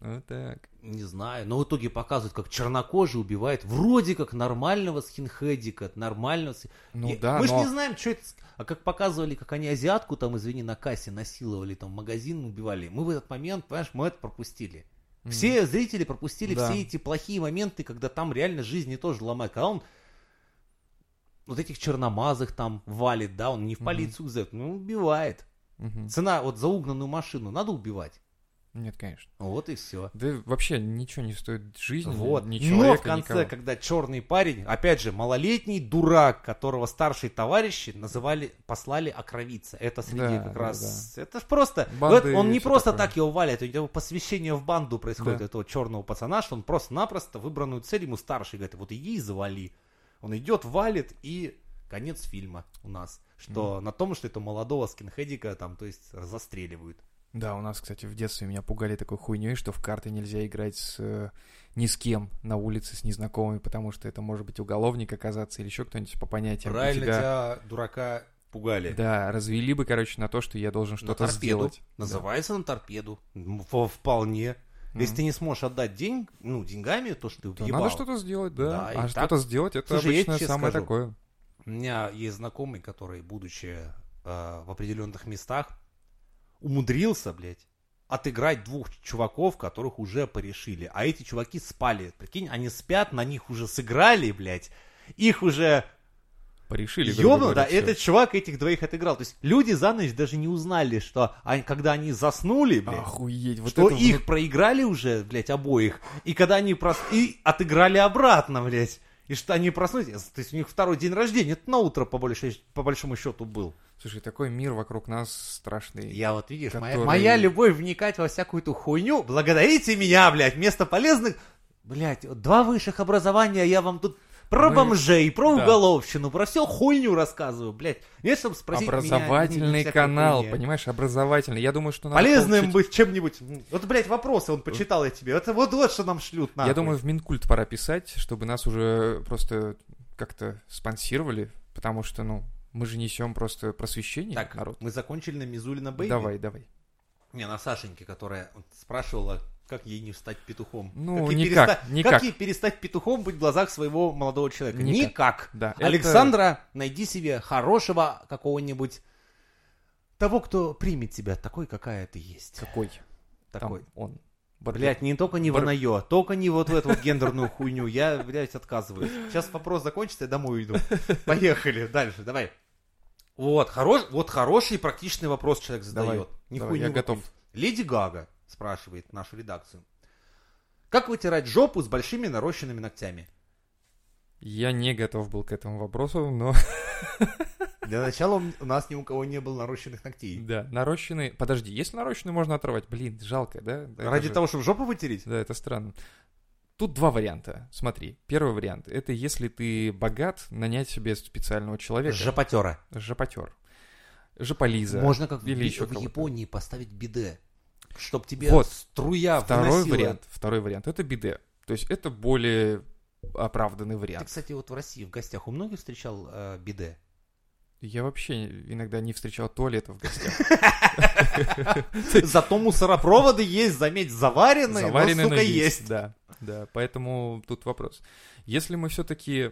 Speaker 3: Вот так.
Speaker 2: Не знаю, но в итоге показывают, как чернокожий убивает вроде как нормального скинхедика, нормального... ски-
Speaker 3: Ну
Speaker 2: Я-
Speaker 3: да,
Speaker 2: Мы же
Speaker 3: но-
Speaker 2: не знаем, что это... ск- А как показывали, как они азиатку там, извини, на кассе насиловали, там магазин убивали, мы в этот момент, понимаешь, мы это пропустили. Все зрители пропустили
Speaker 3: Да.
Speaker 2: все эти плохие моменты, когда там реально жизнь не тоже ломает. Когда он вот этих черномазых там валит, да, он не в
Speaker 3: Мгм.
Speaker 2: полицию зовет, ну убивает.
Speaker 3: Мгм.
Speaker 2: Цена вот за угнанную машину надо убивать.
Speaker 3: Нет, конечно.
Speaker 2: Вот и все.
Speaker 3: Да вообще ничего не стоит жизни,
Speaker 2: Вот.
Speaker 3: ни
Speaker 2: Но
Speaker 3: человека,
Speaker 2: в конце,
Speaker 3: никого.
Speaker 2: когда черный парень, опять же, малолетний дурак, которого старшие товарищи называли, послали окровиться. Это среди
Speaker 3: Да,
Speaker 2: как
Speaker 3: да,
Speaker 2: раз... Это ж просто...
Speaker 3: Банды
Speaker 2: вот он не
Speaker 3: и всё
Speaker 2: просто
Speaker 3: такое.
Speaker 2: так его валит, у него посвящение в банду происходит
Speaker 3: Да.
Speaker 2: у этого черного пацана, что он просто-напросто выбранную цель ему старший говорит, вот иди и завали. Он идет, валит, и конец фильма у нас. Что на том, что это молодого скинхедика там, то есть, разостреливают.
Speaker 3: Да, у нас, кстати, в детстве меня пугали такой хуйней, что в карты нельзя играть с э, ни с кем на улице, с незнакомыми, потому что это может быть уголовник оказаться или еще кто-нибудь по понятиям. И
Speaker 2: Правильно
Speaker 3: тебя-
Speaker 2: тебя, дурака, пугали.
Speaker 3: Да, развели бы, короче, на то, что я должен
Speaker 2: На
Speaker 3: что-то
Speaker 2: торпеду.
Speaker 3: сделать.
Speaker 2: Называется на торпеду. М, в- Вполне.
Speaker 3: Мгм.
Speaker 2: Если ты не сможешь отдать деньги, ну, деньгами, то, что ты
Speaker 3: Да,
Speaker 2: въебал.
Speaker 3: надо что-то сделать, да.
Speaker 2: Да, и
Speaker 3: а
Speaker 2: так-
Speaker 3: что-то сделать это
Speaker 2: Слушай, я
Speaker 3: обычно
Speaker 2: тебе
Speaker 3: самое
Speaker 2: скажу.
Speaker 3: такое.
Speaker 2: У меня есть знакомый, который, будучи э, в определенных местах, умудрился, блядь, отыграть двух чуваков, которых уже порешили. А эти чуваки спали. Прикинь, они спят, на них уже сыграли, блядь. Их уже
Speaker 3: Порешили. грубо
Speaker 2: Ёбнуто,
Speaker 3: говоря, всё.
Speaker 2: этот чувак этих двоих отыграл. То есть люди за ночь даже не узнали, что они- когда они заснули, блядь,
Speaker 3: Охуеть, вот
Speaker 2: что
Speaker 3: это
Speaker 2: их
Speaker 3: вот-
Speaker 2: проиграли уже, блядь, обоих. И когда они прос... и отыграли обратно, блядь. И что они проснулись. То есть у них второй день рождения. Это на утро, по, больш- по большому счету, был.
Speaker 3: Слушай, такой мир вокруг нас страшный.
Speaker 2: Я вот, видишь, моя,
Speaker 3: Который-
Speaker 2: моя любовь вникать во всякую эту хуйню. Благодарите меня, блядь, вместо полезных... Блядь, вот два высших образования я вам тут про
Speaker 3: Мы-
Speaker 2: бомжей, про
Speaker 3: да.
Speaker 2: уголовщину, про всю хуйню рассказываю, блядь. Нет, чтобы спросить меня,
Speaker 3: Образовательный
Speaker 2: не- не всякой
Speaker 3: канал,
Speaker 2: хуйни.
Speaker 3: понимаешь, образовательный. Я думаю, что надо
Speaker 2: Полезным
Speaker 3: получить-
Speaker 2: быть чем-нибудь. Вот, блядь, вопросы он почитал я тебе. Это вот вот что нам шлют нахуй.
Speaker 3: Я думаю, в Минкульт пора писать, чтобы нас уже просто как-то спонсировали, потому что, ну, мы же несем просто просвещение
Speaker 2: Так,
Speaker 3: народ.
Speaker 2: мы закончили на Мизулина Бэйби.
Speaker 3: Давай, давай.
Speaker 2: Не, на Сашеньке, которая вот спрашивала, как ей не стать петухом.
Speaker 3: Ну,
Speaker 2: как ей
Speaker 3: никак,
Speaker 2: переста-
Speaker 3: никак.
Speaker 2: Как ей перестать петухом быть в глазах своего молодого человека?
Speaker 3: Никак.
Speaker 2: Никак.
Speaker 3: Да, это-
Speaker 2: Александра, найди себе хорошего какого-нибудь... Того, кто примет тебя такой, какая ты есть.
Speaker 3: Какой? Там
Speaker 2: Такой.
Speaker 3: он. Барбер.
Speaker 2: Блять, не только не
Speaker 3: Бар-
Speaker 2: ванайо, только не вот в эту вот гендерную хуйню. Я, блядь, отказываюсь. Сейчас вопрос закончится, я домой уйду. Поехали дальше, давай. Вот, хорош, вот хороший и практичный вопрос человек
Speaker 3: Давай,
Speaker 2: задает. Не
Speaker 3: давай,
Speaker 2: хуйню
Speaker 3: я
Speaker 2: вот
Speaker 3: готов.
Speaker 2: Леди Гага спрашивает нашу редакцию. Как вытирать жопу с большими нарощенными ногтями?
Speaker 3: Я не готов был к этому вопросу, но
Speaker 2: Для начала у- у нас ни у кого не было нарощенных ногтей.
Speaker 3: да, нарощенные... Подожди, если нарощенные можно оторвать? Блин, жалко, да? Это
Speaker 2: Ради
Speaker 3: же-
Speaker 2: того, чтобы жопу вытереть?
Speaker 3: Да, это странно. Тут два варианта. Смотри, первый вариант — это если ты богат, нанять себе специального человека.
Speaker 2: Жопотера.
Speaker 3: Жопотер. Жополиза.
Speaker 2: Можно как в,
Speaker 3: Или
Speaker 2: Би-
Speaker 3: еще
Speaker 2: в
Speaker 3: кого-то.
Speaker 2: Японии поставить биде, чтоб тебе
Speaker 3: Вот.
Speaker 2: струя
Speaker 3: Второй
Speaker 2: выносила.
Speaker 3: вариант, второй вариант — это биде. То есть это более оправданный
Speaker 2: Ты,
Speaker 3: вариант.
Speaker 2: кстати, вот в России в гостях у многих встречал э, биде?
Speaker 3: Я вообще иногда не встречал туалета в гостях.
Speaker 2: Зато мусоропроводы есть, заметь, заваренные,
Speaker 3: Заваренный,
Speaker 2: но, сука,
Speaker 3: но
Speaker 2: есть.
Speaker 3: Да, да, поэтому тут вопрос. Если мы все-таки...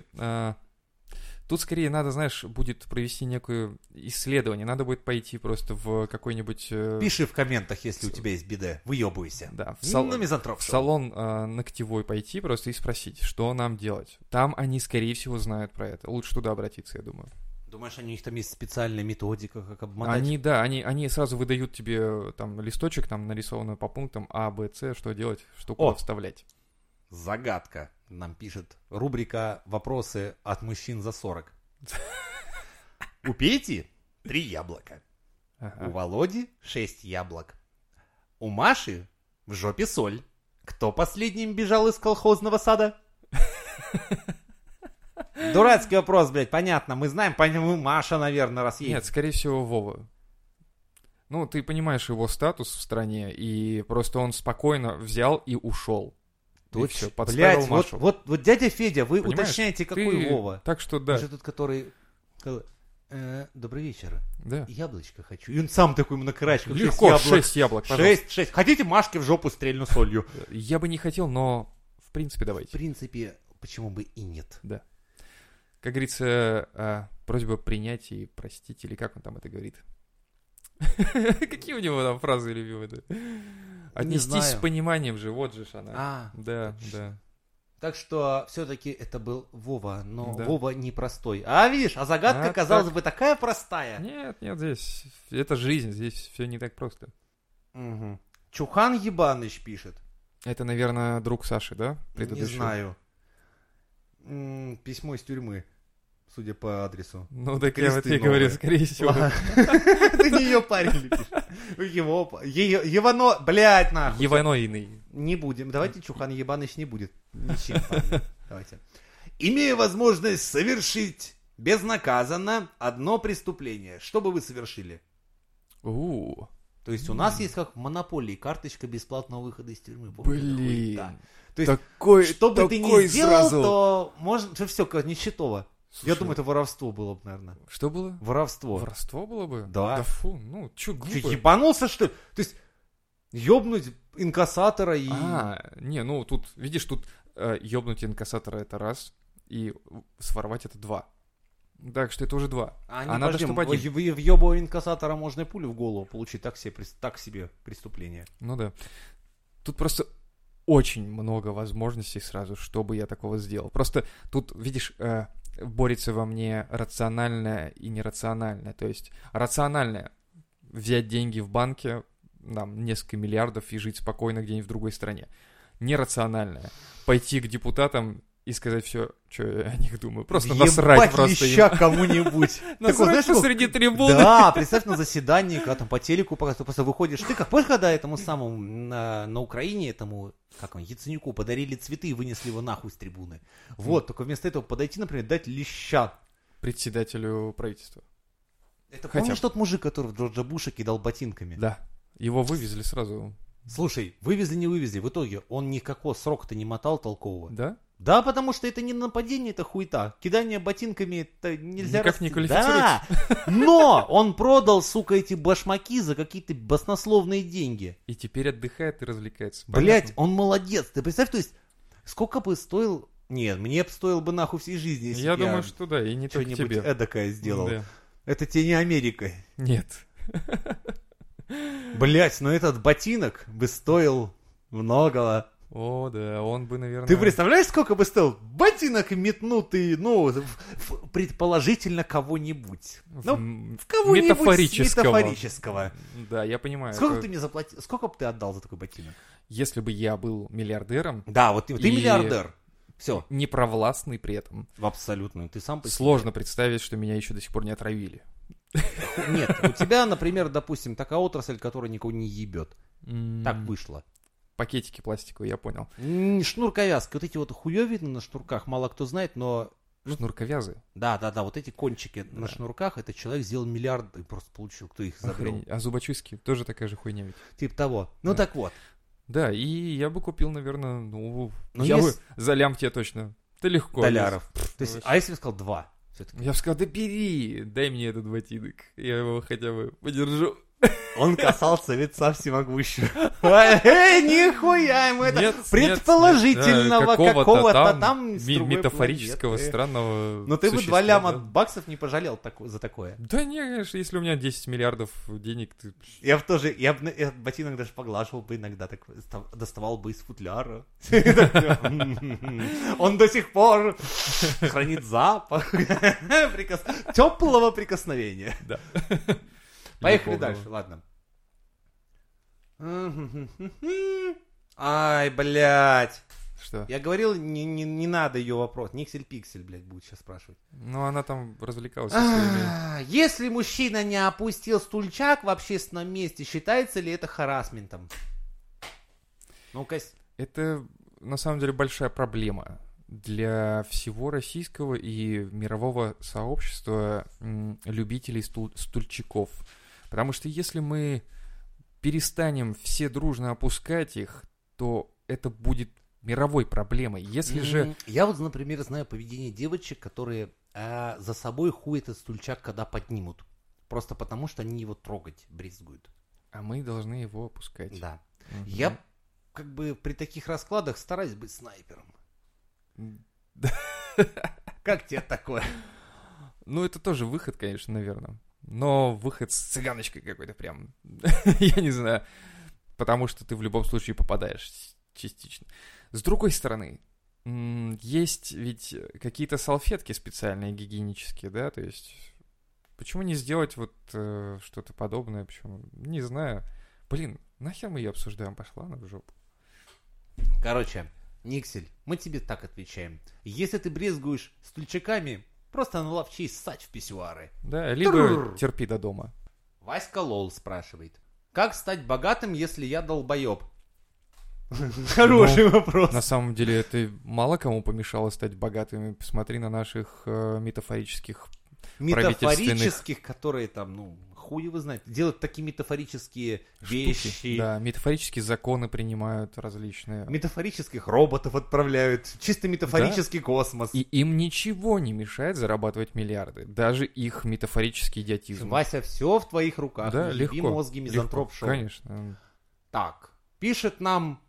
Speaker 3: тут скорее надо, знаешь, будет провести некое исследование. Надо будет пойти просто в какой-нибудь... э,
Speaker 2: Пиши в комментах, если у тебя есть биде, выебывайся.
Speaker 3: Да, в,
Speaker 2: Сал...
Speaker 3: сал-
Speaker 2: На мизантроп
Speaker 3: в
Speaker 2: шоу.
Speaker 3: салон э, ногтевой пойти просто и спросить, что нам делать. Там они, скорее всего, знают про это. Лучше туда обратиться, я думаю.
Speaker 2: Думаешь, они- у них там есть специальная методика, как обмотать?
Speaker 3: Они, да, они, они сразу выдают тебе э, там листочек, там нарисованный по пунктам А, Б, С, что делать, что куда
Speaker 2: О!
Speaker 3: вставлять.
Speaker 2: Загадка, нам пишет рубрика «Вопросы от мужчин за 40». У Пети три яблока. У
Speaker 3: Ага.
Speaker 2: Володи шесть яблок. У Маши в жопе соль. Кто последним бежал из колхозного сада? Дурацкий вопрос, блядь, понятно. Мы знаем, по-моему, Маша, наверное, раз
Speaker 3: Нет,
Speaker 2: едет.
Speaker 3: скорее всего, Вова. Ну, ты понимаешь его статус в стране, и просто он спокойно взял и ушел.
Speaker 2: Точ-
Speaker 3: всё, подставил
Speaker 2: блядь, вот,
Speaker 3: Машу.
Speaker 2: вот, вот дядя Федя, вы
Speaker 3: Понимаешь,
Speaker 2: уточняете, какой
Speaker 3: Ты-
Speaker 2: Вова.
Speaker 3: Так что да,
Speaker 2: Вы же тот, который... сказал, «Э, добрый вечер.
Speaker 3: да.
Speaker 2: Яблочко хочу. И он сам такой ему на карачках.
Speaker 3: Легко,
Speaker 2: шесть яблок.
Speaker 3: шесть яблок, пожалуйста.
Speaker 2: Шесть, шесть. Хотите Машке в жопу стрельну солью?
Speaker 3: Я бы не хотел, но в принципе
Speaker 2: В
Speaker 3: давайте.
Speaker 2: принципе, почему бы и нет.
Speaker 3: Как говорится, а, просьба принять и простить, или как он там это говорит? Какие у него там фразы любимые? да? Отнестись с
Speaker 2: знаю.
Speaker 3: пониманием же, вот же ж она.
Speaker 2: А,
Speaker 3: Да,
Speaker 2: точно.
Speaker 3: да.
Speaker 2: Так что все-таки это был Вова, но
Speaker 3: Да.
Speaker 2: Вова непростой. А видишь, а загадка,
Speaker 3: А,
Speaker 2: казалось
Speaker 3: так.
Speaker 2: бы, такая простая.
Speaker 3: Нет, нет, здесь это жизнь, здесь все не так просто.
Speaker 2: Мгм. Чухан Ебаныч пишет.
Speaker 3: Это, наверное, друг Саши, да?
Speaker 2: Не
Speaker 3: предыдущий?
Speaker 2: знаю. М, Письмо из тюрьмы, судя по адресу.
Speaker 3: Ну, так я вот
Speaker 2: Кресты
Speaker 3: тебе говорю,
Speaker 2: новые.
Speaker 3: скорее всего.
Speaker 2: Ладно. Ты не ее парень любишь. Его, па- ее- Евано, блядь, нахуй.
Speaker 3: Еваноиный.
Speaker 2: Не будем. Давайте Чухан Ебаныч не будет. Ничем. парня. Давайте. Имея возможность совершить безнаказанно одно преступление, что бы вы совершили?
Speaker 3: У,
Speaker 2: То есть у нас есть как в монополии карточка бесплатного выхода из тюрьмы. Вот
Speaker 3: блин.
Speaker 2: это хуйня.
Speaker 3: То
Speaker 2: То
Speaker 3: есть,
Speaker 2: есть,
Speaker 3: такой,
Speaker 2: Что бы ты
Speaker 3: такой
Speaker 2: ни сделал,
Speaker 3: сразу.
Speaker 2: то можно же все, как нищетово. Я
Speaker 3: Слушай,
Speaker 2: думаю, это воровство было бы, наверное.
Speaker 3: Что было?
Speaker 2: Воровство.
Speaker 3: Воровство было бы?
Speaker 2: Да.
Speaker 3: Да фу, ну, чё
Speaker 2: Ты
Speaker 3: глупо.
Speaker 2: ебанулся, что ли? То есть, ёбнуть инкассатора и...
Speaker 3: А, не, ну тут, э, видишь, тут ёбнуть инкассатора это раз, и своровать это два. Так что это уже два.
Speaker 2: А,
Speaker 3: А
Speaker 2: не,
Speaker 3: надо,
Speaker 2: подожди,
Speaker 3: чтобы один.
Speaker 2: в- в- въебывая инкассатора можно и пулю в голову получить, так себе, прес- так себе преступление.
Speaker 3: Ну да. Тут просто очень много возможностей сразу, чтобы я такого сделал. Просто тут, видишь, э, борется во мне рациональное и нерациональное. То есть рациональное — взять деньги в банке, нам несколько миллиардов и жить спокойно где-нибудь в другой стране. Нерациональное — пойти к депутатам и сказать все, что я о них думаю. Просто
Speaker 2: Ебать
Speaker 3: насрать просто им.
Speaker 2: леща кому-нибудь. Такой,
Speaker 3: Насрать
Speaker 2: знаешь, ну, такой,
Speaker 3: посреди трибуны.
Speaker 2: Да, представь на заседании, когда там по телеку просто, просто выходишь. Ты как помнишь, когда этому самому э, на, на Украине, этому, как он, Яценюку подарили цветы и вынесли его нахуй с трибуны. Вот, только вместо этого подойти, например, дать леща.
Speaker 3: Председателю правительства.
Speaker 2: Это
Speaker 3: Хотя
Speaker 2: помнишь
Speaker 3: бы.
Speaker 2: тот мужик, который в Джорджа Буша кидал ботинками?
Speaker 3: Да. Его вывезли сразу.
Speaker 2: Слушай, вывезли, не вывезли. В итоге он никакого срока-то не мотал толкового.
Speaker 3: Да?
Speaker 2: Да, потому что это не нападение, это хуета. Кидание ботинками это нельзя...
Speaker 3: Никак не
Speaker 2: расти-
Speaker 3: квалифицируется.
Speaker 2: Да, но он продал, сука, эти башмаки за какие-то баснословные деньги.
Speaker 3: И теперь отдыхает и развлекается.
Speaker 2: Блять, он молодец. Ты представь, то есть, сколько бы стоил... Нет, мне бы стоил бы нахуй всей жизни, если
Speaker 3: Я
Speaker 2: б
Speaker 3: думаю, что да, и не только
Speaker 2: что-нибудь
Speaker 3: тебе.
Speaker 2: эдакое сделал.
Speaker 3: Да.
Speaker 2: Это тебе не Америка.
Speaker 3: Нет.
Speaker 2: Блять, но этот ботинок бы стоил многого.
Speaker 3: О, да, он бы, наверное...
Speaker 2: Ты представляешь, сколько бы стоил ботинок метнутый, ну, в- в- предположительно кого-нибудь.
Speaker 3: в-
Speaker 2: Ну,
Speaker 3: м,
Speaker 2: в кого-нибудь
Speaker 3: метафорического.
Speaker 2: метафорического.
Speaker 3: Да, я понимаю.
Speaker 2: Сколько
Speaker 3: это-
Speaker 2: ты мне заплатил? Сколько бы ты отдал за такой ботинок?
Speaker 3: Если бы я был миллиардером,
Speaker 2: Да, вот ты, ты
Speaker 3: И-
Speaker 2: миллиардер. Все,
Speaker 3: непровластный при этом,
Speaker 2: абсолютно. Ты сам по себе.
Speaker 3: сложно представить, что меня еще до сих пор не отравили.
Speaker 2: Нет, у тебя, например, допустим, такая отрасль, которая никого не ебет.
Speaker 3: М,
Speaker 2: Так вышло.
Speaker 3: Пакетики пластиковые, я понял.
Speaker 2: М, Шнурковязки. Вот эти вот хуевины на шнурках, мало кто знает, но...
Speaker 3: Шнурковязы.
Speaker 2: Да, да, да, вот эти кончики на шнурках, это человек сделал миллиард и просто получил, кто их изобрел.
Speaker 3: Охренеть. А зубочистки тоже такая же хуйня ведь.
Speaker 2: Типа того. Ну
Speaker 3: Да.
Speaker 2: так вот.
Speaker 3: Да, и я бы купил, наверное, ну...
Speaker 2: Ну,
Speaker 3: я
Speaker 2: есть-
Speaker 3: бы... За лям тебе точно. Да легко.
Speaker 2: Доляров. То есть,
Speaker 3: вообще.
Speaker 2: а если бы сказал два? Все-таки.
Speaker 3: Я бы сказал, да бери, дай мне этот ботинок. Я его хотя бы подержу.
Speaker 2: Он касался лица всемогущего. Эй, э, нихуя ему Ну, это!
Speaker 3: Нет,
Speaker 2: предположительного
Speaker 3: нет, нет, э,
Speaker 2: какого-то там
Speaker 3: ми-
Speaker 2: с другой
Speaker 3: метафорического
Speaker 2: планеты.
Speaker 3: странного
Speaker 2: Но ты бы
Speaker 3: существа,
Speaker 2: два ляма
Speaker 3: да.
Speaker 2: баксов не пожалел тако- за такое.
Speaker 3: Да не, конечно, если у меня 10 миллиардов денег, ты...
Speaker 2: Я бы тоже, я бы ботинок даже поглаживал бы иногда, так став- доставал бы из футляра. Он до сих пор хранит запах теплого прикосновения.
Speaker 3: Да.
Speaker 2: Поехали
Speaker 3: Любовного.
Speaker 2: дальше, ладно. Ай, блядь.
Speaker 3: Что?
Speaker 2: Я говорил, не, не, не надо ее вопрос. Никсель-пиксель, блядь, будет сейчас спрашивать.
Speaker 3: Ну, она там развлекалась. со своими-
Speaker 2: А, Если мужчина не опустил стульчак в общественном месте, считается ли это харасментом? Ну, Кась,
Speaker 3: Это, на самом деле, большая проблема для всего российского и мирового сообщества м, любителей стул- стульчиков. Потому что если мы перестанем все дружно опускать их, то это будет мировой проблемой. Если же
Speaker 2: м, я вот, например, знаю поведение девочек, которые а, за собой хуят этот стульчак, когда поднимут. Просто потому, что они его трогать брезгуют.
Speaker 3: А мы должны его опускать.
Speaker 2: Да.
Speaker 3: Мгм.
Speaker 2: Я как бы при таких раскладах стараюсь быть снайпером. Как тебе такое?
Speaker 3: Ну, это тоже выход, конечно, наверное. Но выход с цыганочкой какой-то прям. Я не знаю. Потому что ты в любом случае попадаешь с- частично. С другой стороны, м, есть ведь какие-то салфетки специальные, гигиенические, да? То есть, почему не сделать вот э, что-то подобное? Почему? Не знаю. Блин, нахер мы ее обсуждаем? Пошла она в жопу.
Speaker 2: Короче, Никсель, мы тебе так отвечаем. Если ты брезгуешь стульчаками, просто наловчи и ссать в писсуары.
Speaker 3: Да, либо
Speaker 2: Трррр.
Speaker 3: терпи до дома.
Speaker 2: Васька Лол спрашивает. Как стать богатым, если я долбоеб?
Speaker 3: Ну,
Speaker 2: Хороший вопрос.
Speaker 3: На самом деле, это мало кому помешало стать богатыми. Посмотри на наших э, метафорических.
Speaker 2: Метафорических,
Speaker 3: правительственных.
Speaker 2: которые там, ну, хуй его знает. Делают такие метафорические
Speaker 3: штуки.
Speaker 2: вещи.
Speaker 3: Да, метафорические законы принимают различные.
Speaker 2: Метафорических роботов отправляют. Чисто метафорический космос.
Speaker 3: И им ничего не мешает зарабатывать миллиарды. Даже их метафорический идиотизм.
Speaker 2: Вася, все в твоих руках.
Speaker 3: да,
Speaker 2: Не еби
Speaker 3: легко.
Speaker 2: мозги, мизантроп
Speaker 3: Легко,
Speaker 2: шоу.
Speaker 3: Конечно.
Speaker 2: Так, пишет нам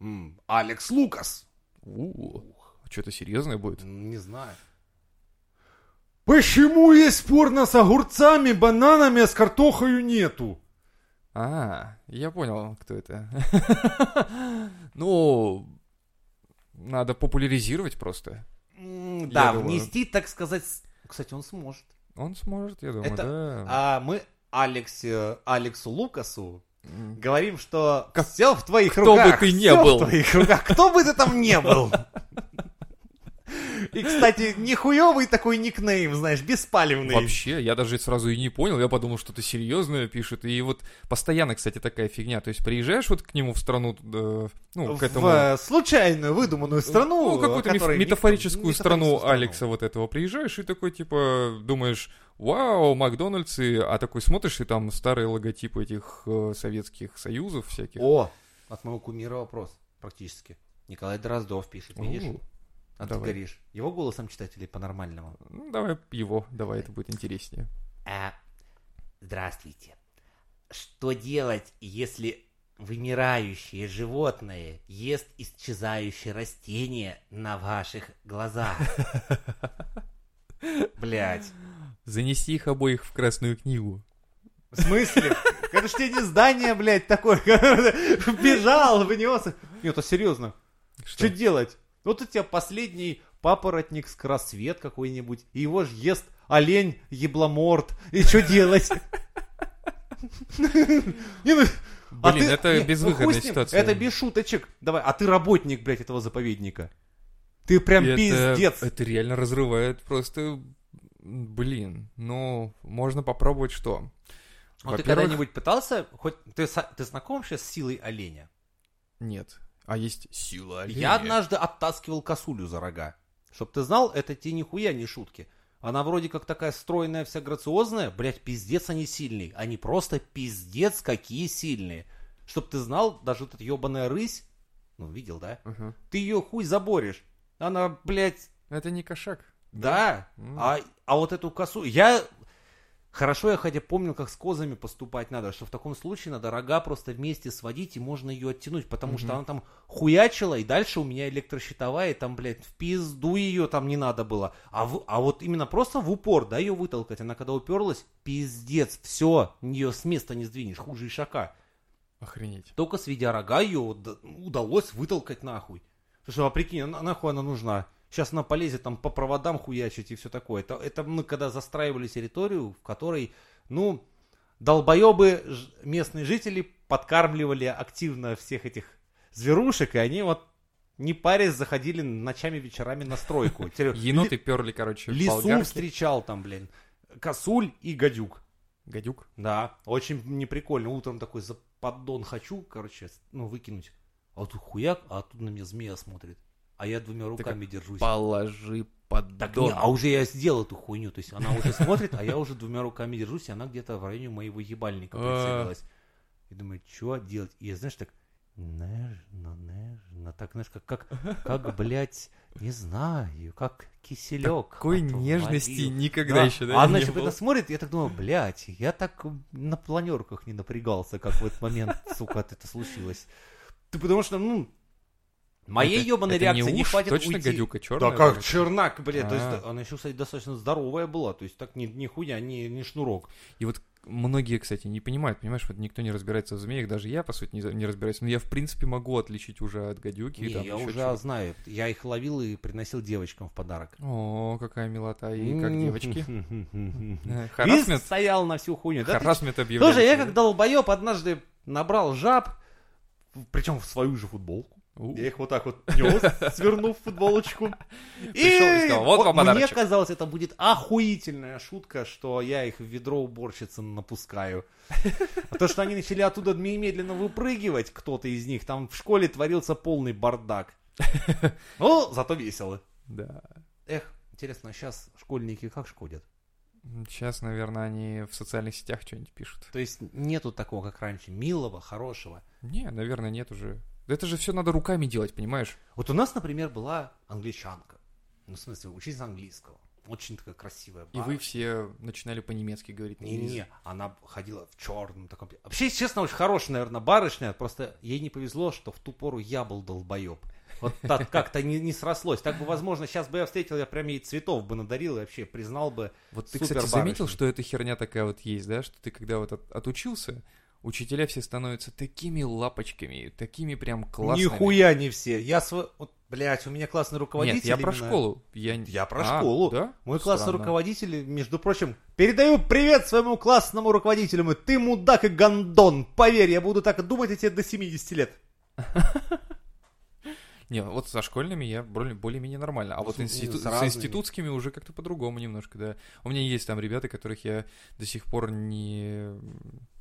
Speaker 2: м, Алекс Лукас.
Speaker 3: Что-то серьезное будет.
Speaker 2: М, Не знаю. Почему есть порно с огурцами, бананами, а с картохою нету?
Speaker 3: А, я понял, кто это. Ну, надо популяризировать просто.
Speaker 2: М,
Speaker 3: Я
Speaker 2: Да,
Speaker 3: думаю.
Speaker 2: внести, так сказать... с- Кстати, он сможет.
Speaker 3: Он сможет, я думаю,
Speaker 2: Это-
Speaker 3: да.
Speaker 2: А мы Алексе, Алексу Лукасу
Speaker 3: М,
Speaker 2: говорим, что
Speaker 3: Как-
Speaker 2: все в твоих
Speaker 3: кто
Speaker 2: руках.
Speaker 3: бы ты не
Speaker 2: всё
Speaker 3: был.
Speaker 2: в твоих руках, кто бы ты там не был. И, кстати, нихуевый такой никнейм, знаешь, беспалевный.
Speaker 3: Вообще, я даже сразу и не понял, я подумал, что-то серьезное пишет. И вот постоянно, кстати, такая фигня. То есть приезжаешь вот к нему в страну, э, ну, к этому...
Speaker 2: В э, случайную выдуманную страну.
Speaker 3: Ну, какую-то
Speaker 2: о
Speaker 3: миф-
Speaker 2: которой ник-
Speaker 3: метафорическую страну
Speaker 2: метафорическую
Speaker 3: Алекса вот этого приезжаешь и такой, типа, думаешь, вау, Макдональдс, и... а такой смотришь, и там старые логотипы этих э, советских союзов всяких.
Speaker 2: О, от моего кумира вопрос практически. Николай Дроздов пишет, видишь?
Speaker 3: У,
Speaker 2: А ты
Speaker 3: давай.
Speaker 2: горишь. Его голосом читателей по-нормальному.
Speaker 3: ну, давай его, давай, это будет интереснее.
Speaker 2: А, здравствуйте. Что делать, если вымирающее животное ест исчезающее растение на ваших глазах? Блять.
Speaker 3: Занести их обоих в Красную книгу.
Speaker 2: В смысле? Это ж тебе не здание, блядь, такое. Бежал, внес. Нет, а серьезно,
Speaker 3: Что?
Speaker 2: что делать? Вот у тебя последний папоротник скоросвет какой-нибудь, и его ж ест олень ебломорт. И что делать? Не, ну, а
Speaker 3: Блин,
Speaker 2: ты-
Speaker 3: это
Speaker 2: не, ну,
Speaker 3: безвыходная
Speaker 2: хуй с ним,
Speaker 3: ситуация.
Speaker 2: Это без шуточек. Давай, а ты работник, блядь, этого заповедника. Ты прям
Speaker 3: Это-
Speaker 2: пиздец.
Speaker 3: Это реально разрывает просто... Блин, ну, можно попробовать что?
Speaker 2: Вот ты
Speaker 3: Во-первых,
Speaker 2: когда-нибудь пытался, хоть ты, со- ты знаком вообще с силой оленя?
Speaker 3: Нет. А есть сила оленя.
Speaker 2: Я однажды оттаскивал косулю за рога. Чтоб ты знал, это тебе нихуя не шутки. Она вроде как такая стройная, вся грациозная. Блять, пиздец они сильные. Они просто пиздец какие сильные. Чтоб ты знал, даже вот эта ебаная рысь, ну видел, да?
Speaker 3: Ага.
Speaker 2: Ты ее хуй заборешь. Она, блядь,
Speaker 3: Ну, Это не кошак.
Speaker 2: да.
Speaker 3: М.
Speaker 2: А, а вот эту косу... Я... Хорошо, я хотя помню, как с козами поступать надо, что в таком случае надо рога просто вместе сводить, и можно ее оттянуть, потому что
Speaker 3: Мгм.
Speaker 2: она там хуячила, и дальше у меня электрощитовая, и там, блядь, в пизду ее там не надо было. А, в- а вот именно просто в упор, да, ее вытолкать, она когда уперлась, пиздец, все, ее с места не сдвинешь, хуже ишака.
Speaker 3: Охренеть.
Speaker 2: Только сведя рога, ее уда- удалось вытолкать нахуй. Слушай, а прикинь, а на- нахуй она нужна? Сейчас она полезет там по проводам хуячить и все такое. Это, это мы когда застраивали территорию, в которой, ну, долбоебы ж- местные жители подкармливали активно всех этих зверушек, и они вот не парясь заходили ночами, вечерами на стройку. Тер-
Speaker 3: Еноты перли, короче,
Speaker 2: ли- Лису
Speaker 3: болгарки.
Speaker 2: встречал там, блин. Косуль и гадюк.
Speaker 3: Гадюк.
Speaker 2: Да, очень неприкольно. Утром такой за поддон хочу, короче, с- ну, выкинуть. А тут хуяк, а тут на меня змея смотрит. А я двумя руками держусь.
Speaker 3: Положи под
Speaker 2: Так, не, а уже я сделал эту хуйню. То есть она уже смотрит, а я уже двумя руками держусь, и она где-то в районе моего ебальника
Speaker 3: А.
Speaker 2: прицелилась. И думаю, что делать? И я, знаешь, так нежно, нежно, так, знаешь, как, как, как, блядь, не знаю, как киселек.
Speaker 3: Какой
Speaker 2: отвалил.
Speaker 3: нежности никогда
Speaker 2: Да.
Speaker 3: еще, да,
Speaker 2: А
Speaker 3: не
Speaker 2: она типа
Speaker 3: было.
Speaker 2: это смотрит, и я так думаю, блядь, я так на планерках не напрягался, как в этот момент, сука, от это случилось. Ты потому что, ну, моей
Speaker 3: Это-
Speaker 2: ебаной
Speaker 3: это
Speaker 2: реакции не
Speaker 3: уж
Speaker 2: хватит
Speaker 3: точно
Speaker 2: уйти.
Speaker 3: гадюка черная?
Speaker 2: Да как чернак, блядь. То есть,
Speaker 3: А.
Speaker 2: да, она еще, кстати, достаточно здоровая была. То есть так ни, нихуя, ни, ни шнурок.
Speaker 3: И вот многие, кстати, не понимают, понимаешь, вот никто не разбирается в змеях, даже я, по сути, не, за- не разбираюсь, но я, в принципе, могу отличить уже от гадюки.
Speaker 2: Не,
Speaker 3: там
Speaker 2: я
Speaker 3: еще
Speaker 2: уже
Speaker 3: чего.
Speaker 2: знаю. Я их ловил и приносил девочкам в подарок.
Speaker 3: О, какая милота, и как девочки. Э,
Speaker 2: Виз
Speaker 3: Харассмент,
Speaker 2: стоял на всю хуйню. да ты
Speaker 3: харассмент объявляется.
Speaker 2: Тоже я как долбоеб однажды набрал жаб, причем в свою же футболку.
Speaker 3: У.
Speaker 2: Я их вот так вот нес, свернув футболочку.
Speaker 3: Пришел и сказал, «Вот
Speaker 2: о-
Speaker 3: вам
Speaker 2: Мне
Speaker 3: подарочек».
Speaker 2: казалось, это будет охуительная шутка, что я их в ведро уборщицы напускаю. А То, что они начали оттуда м- медленно выпрыгивать, кто-то из них, там в школе творился полный бардак. Ну, зато весело.
Speaker 3: Да.
Speaker 2: Эх, интересно, сейчас школьники как шкодят?
Speaker 3: Сейчас, наверное, они в социальных сетях что-нибудь пишут.
Speaker 2: То есть нету такого, как раньше, милого, хорошего.
Speaker 3: Не, наверное, нет уже. Да Это же все надо руками делать, понимаешь?
Speaker 2: Вот у нас, например, была англичанка. Ну, в смысле, учитель английского. Очень такая красивая
Speaker 3: И
Speaker 2: баба.
Speaker 3: вы все начинали по-немецки говорить. на языке.
Speaker 2: Не-не, она ходила в черном таком. Вообще, честно, очень хорошая, наверное, барышня. Просто ей не повезло, что в ту пору я был долбоеб. Вот так как-то не, не срослось. Так бы, возможно, сейчас бы я встретил, я прям ей цветов бы надарил и вообще признал бы.
Speaker 3: Вот ты,
Speaker 2: Супер
Speaker 3: кстати, заметил,
Speaker 2: барышня.
Speaker 3: что эта херня такая вот есть, да? Что ты когда вот от- отучился, учителя все становятся такими лапочками, такими прям классными.
Speaker 2: Нихуя не все. Я св... вот, блядь, у меня классный руководитель.
Speaker 3: Нет, я про
Speaker 2: именно-
Speaker 3: школу. Я, не-
Speaker 2: Я про
Speaker 3: А,
Speaker 2: школу.
Speaker 3: Да?
Speaker 2: Мой классный
Speaker 3: Странно.
Speaker 2: руководитель, между прочим, передаю привет своему классному руководителю. Мы, Ты мудак и гондон. Поверь, я буду так думать о тебе до 70 лет.
Speaker 3: Не, ну вот со школьными я более- более-менее нормально. А
Speaker 2: Ну,
Speaker 3: вот
Speaker 2: с- ну,
Speaker 3: институ-
Speaker 2: с
Speaker 3: с
Speaker 2: разными.
Speaker 3: институтскими уже как-то по-другому немножко, да. У меня есть там ребята, которых я до сих пор не...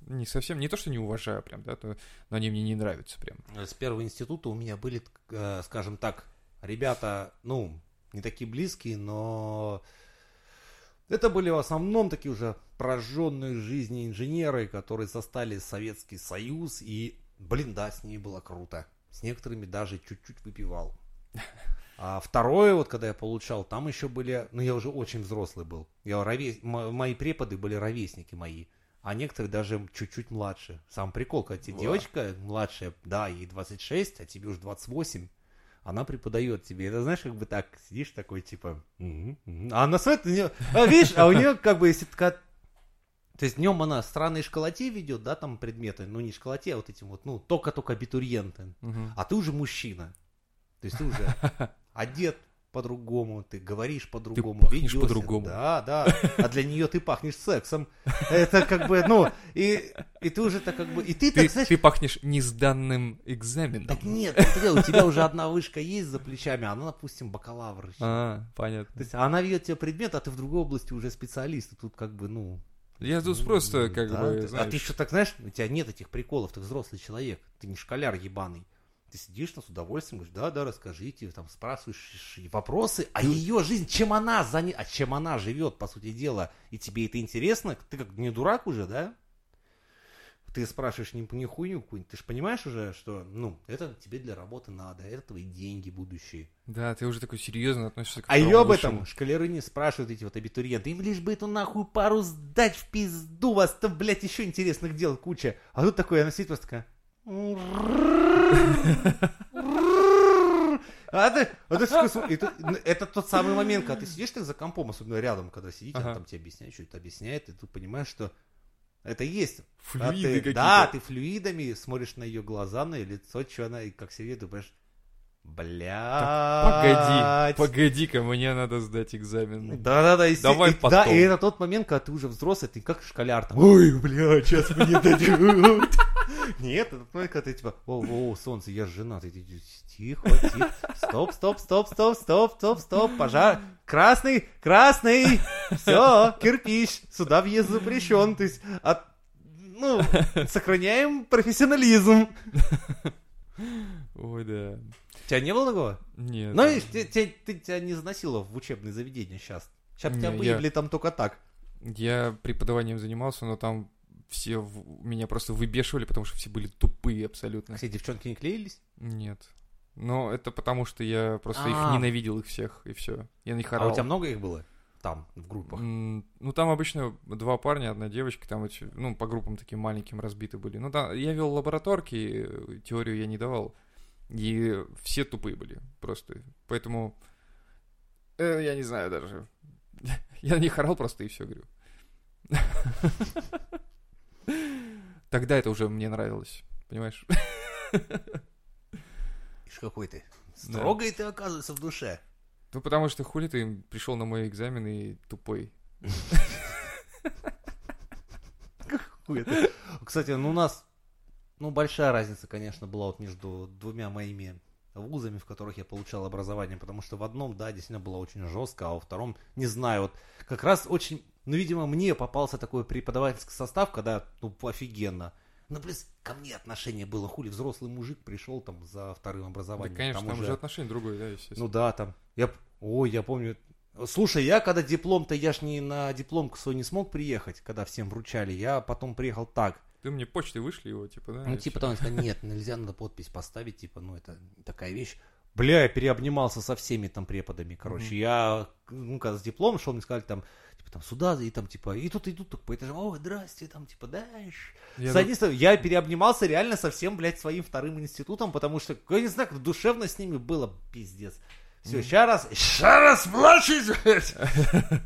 Speaker 3: Не совсем, не то, что не уважаю прям, да, то- но они мне не нравятся прям.
Speaker 2: С первого института у меня были, э, скажем так, ребята, ну, не такие близкие, но это были в основном такие уже прожженные жизни инженеры, которые застали Советский Союз, и, блин, да, с ней было круто. С некоторыми даже чуть-чуть выпивал. А второе, вот когда я получал, там еще были, ну я уже очень взрослый был. Я рове- м- мои преподы были ровесники мои, а некоторые даже чуть-чуть младше. Сам прикол, когда тебе
Speaker 3: Ва.
Speaker 2: девочка младшая, да, ей 26, а тебе уже 28, она преподает тебе. Это знаешь, как бы так сидишь такой, типа, «Мгм, мгм». а она смотрит, на неё, а, видишь, а у нее как бы если такая то есть днем она странной школоте ведет, да, там предметы, ну не школоте, а вот этим вот, ну, только-только абитуриенты.
Speaker 3: Мгм.
Speaker 2: А ты уже мужчина. То есть ты уже одет по-другому, ты говоришь по-другому,
Speaker 3: пахнешь
Speaker 2: ведёшься.
Speaker 3: по-другому.
Speaker 2: Да, да. А для нее ты пахнешь сексом. Это как бы, ну, и, и ты уже так как бы. И ты,
Speaker 3: А Ты,
Speaker 2: так, знаешь,
Speaker 3: ты пахнешь несданным экзаменом.
Speaker 2: так нет, смотри, у тебя уже одна вышка есть за плечами, а она, допустим, бакалавр. ещё.
Speaker 3: А, понятно.
Speaker 2: То есть она ведет тебе предмет, а ты в другой области уже специалист. И тут как бы, ну,
Speaker 3: Я тут просто как
Speaker 2: Да,
Speaker 3: бы,
Speaker 2: ты-
Speaker 3: знаешь,
Speaker 2: А ты что так знаешь, у тебя нет этих приколов, ты взрослый человек, ты не школяр ебаный. Ты сидишь там с удовольствием, говоришь, да, да, расскажите, там спрашиваешь и вопросы, а ее жизнь, чем она заня- а чем она живет, по сути дела, и тебе это интересно, ты как не дурак уже, да? Ты спрашиваешь не, не хуйню какую-нибудь, ты же понимаешь уже, что, ну, это тебе для работы надо, это твои деньги будущие.
Speaker 3: Да, ты уже такой серьезно относишься к
Speaker 2: А ее
Speaker 3: второму
Speaker 2: об этом
Speaker 3: лучшему.
Speaker 2: шкалеры не спрашивают эти вот абитуриенты. Им лишь бы эту нахуй пару сдать в пизду. У вас там, блядь, еще интересных дел куча. А тут такое, она сидит просто такая... А ты- а ты сквозь- и тут- это тот самый момент, когда ты сидишь так за компом, особенно рядом, когда сидите, она
Speaker 3: Ага.
Speaker 2: там тебе объясняет, что-то объясняет, и ты понимаешь, что это есть. Когда
Speaker 3: Флюиды
Speaker 2: А ты-
Speaker 3: какие-то.
Speaker 2: да, ты флюидами смотришь на ее глаза, на ее лицо, что она, и как сидит, ты понимаешь,
Speaker 3: Погоди,
Speaker 2: блядь.
Speaker 3: погоди-ка, мне надо сдать экзамен.
Speaker 2: Да, да, да, и,
Speaker 3: Давай
Speaker 2: и-
Speaker 3: потом.
Speaker 2: да, и это тот момент, когда ты уже взрослый, ты как школяр там. Ой, бля, сейчас мне дадут. Нет, это тот момент, когда ты типа, о, о, солнце, я женат. И ты тихо, тихо, стоп, стоп, стоп, стоп, стоп, стоп, стоп, пожар, красный, красный, все, кирпич, сюда въезд запрещен, то есть, от- ну, сохраняем профессионализм.
Speaker 3: Ой, да.
Speaker 2: У тебя не было такого?
Speaker 3: Нет.
Speaker 2: Ну, видишь, те- те- ты тебя не изнасиловал в учебное заведение сейчас. Сейчас тебя
Speaker 3: Не, я-
Speaker 2: выявили там только так.
Speaker 3: Я преподаванием занимался, но там все в- меня просто выбешивали, потому что все были тупые абсолютно.
Speaker 2: Все девчонки не клеились?
Speaker 3: Нет. Но это потому, что я просто
Speaker 2: А.
Speaker 3: их ненавидел, их всех, и все. Я на них
Speaker 2: А
Speaker 3: орал.
Speaker 2: у тебя много их было? Там, в группах.
Speaker 3: М, Ну, там обычно два парня, одна девочка, там, эти, ну, по группам таким маленьким разбиты были. Ну, да, я вел лабораторки, э, теорию я не давал, и все тупые были просто. Поэтому, э, я не знаю даже. Я на них орал просто и все говорю. Тогда это уже мне нравилось, понимаешь?
Speaker 2: Ишь, какой ты. Строгой ты, оказывается, в душе.
Speaker 3: Ну, потому что хули ты пришел на мой экзамен и тупой.
Speaker 2: Какой ты. Кстати, ну у нас, ну, большая разница, конечно, была вот между двумя моими вузами, в которых я получал образование, потому что в одном, да, действительно было очень жестко, а во втором, не знаю, вот как раз очень, ну, видимо, мне попался такой преподавательский состав, когда, ну, офигенно. Ну, плюс ко мне отношение было, хули, взрослый мужик пришел там за вторым
Speaker 3: Да,
Speaker 2: образованием.
Speaker 3: конечно,
Speaker 2: там
Speaker 3: там
Speaker 2: уже-
Speaker 3: уже отношение другое, да, естественно.
Speaker 2: Ну да, там. Я... п- Ой, я помню. Слушай, я когда диплом-то, я ж не на дипломку свой не смог приехать, когда всем вручали. Я потом приехал так.
Speaker 3: Ты мне почты вышли его, типа, да?
Speaker 2: Ну,
Speaker 3: и
Speaker 2: типа
Speaker 3: всё.
Speaker 2: там, типа, нет, нельзя, надо подпись поставить, типа, ну, это такая вещь. Бля, я переобнимался со всеми там преподами, короче.
Speaker 3: Мгм.
Speaker 2: Я, ну, когда с дипломом шел, мне сказали там, типа, типа там сюда, и там типа, и тут идут так по этажам, о, здрасте, там типа, да, щ».
Speaker 3: Я
Speaker 2: С одним словом, я переобнимался реально со всем, блядь, своим вторым институтом, потому что, я не знаю, как душевно с ними было, пиздец. Все, ща раз, ща раз плачешь, блядь.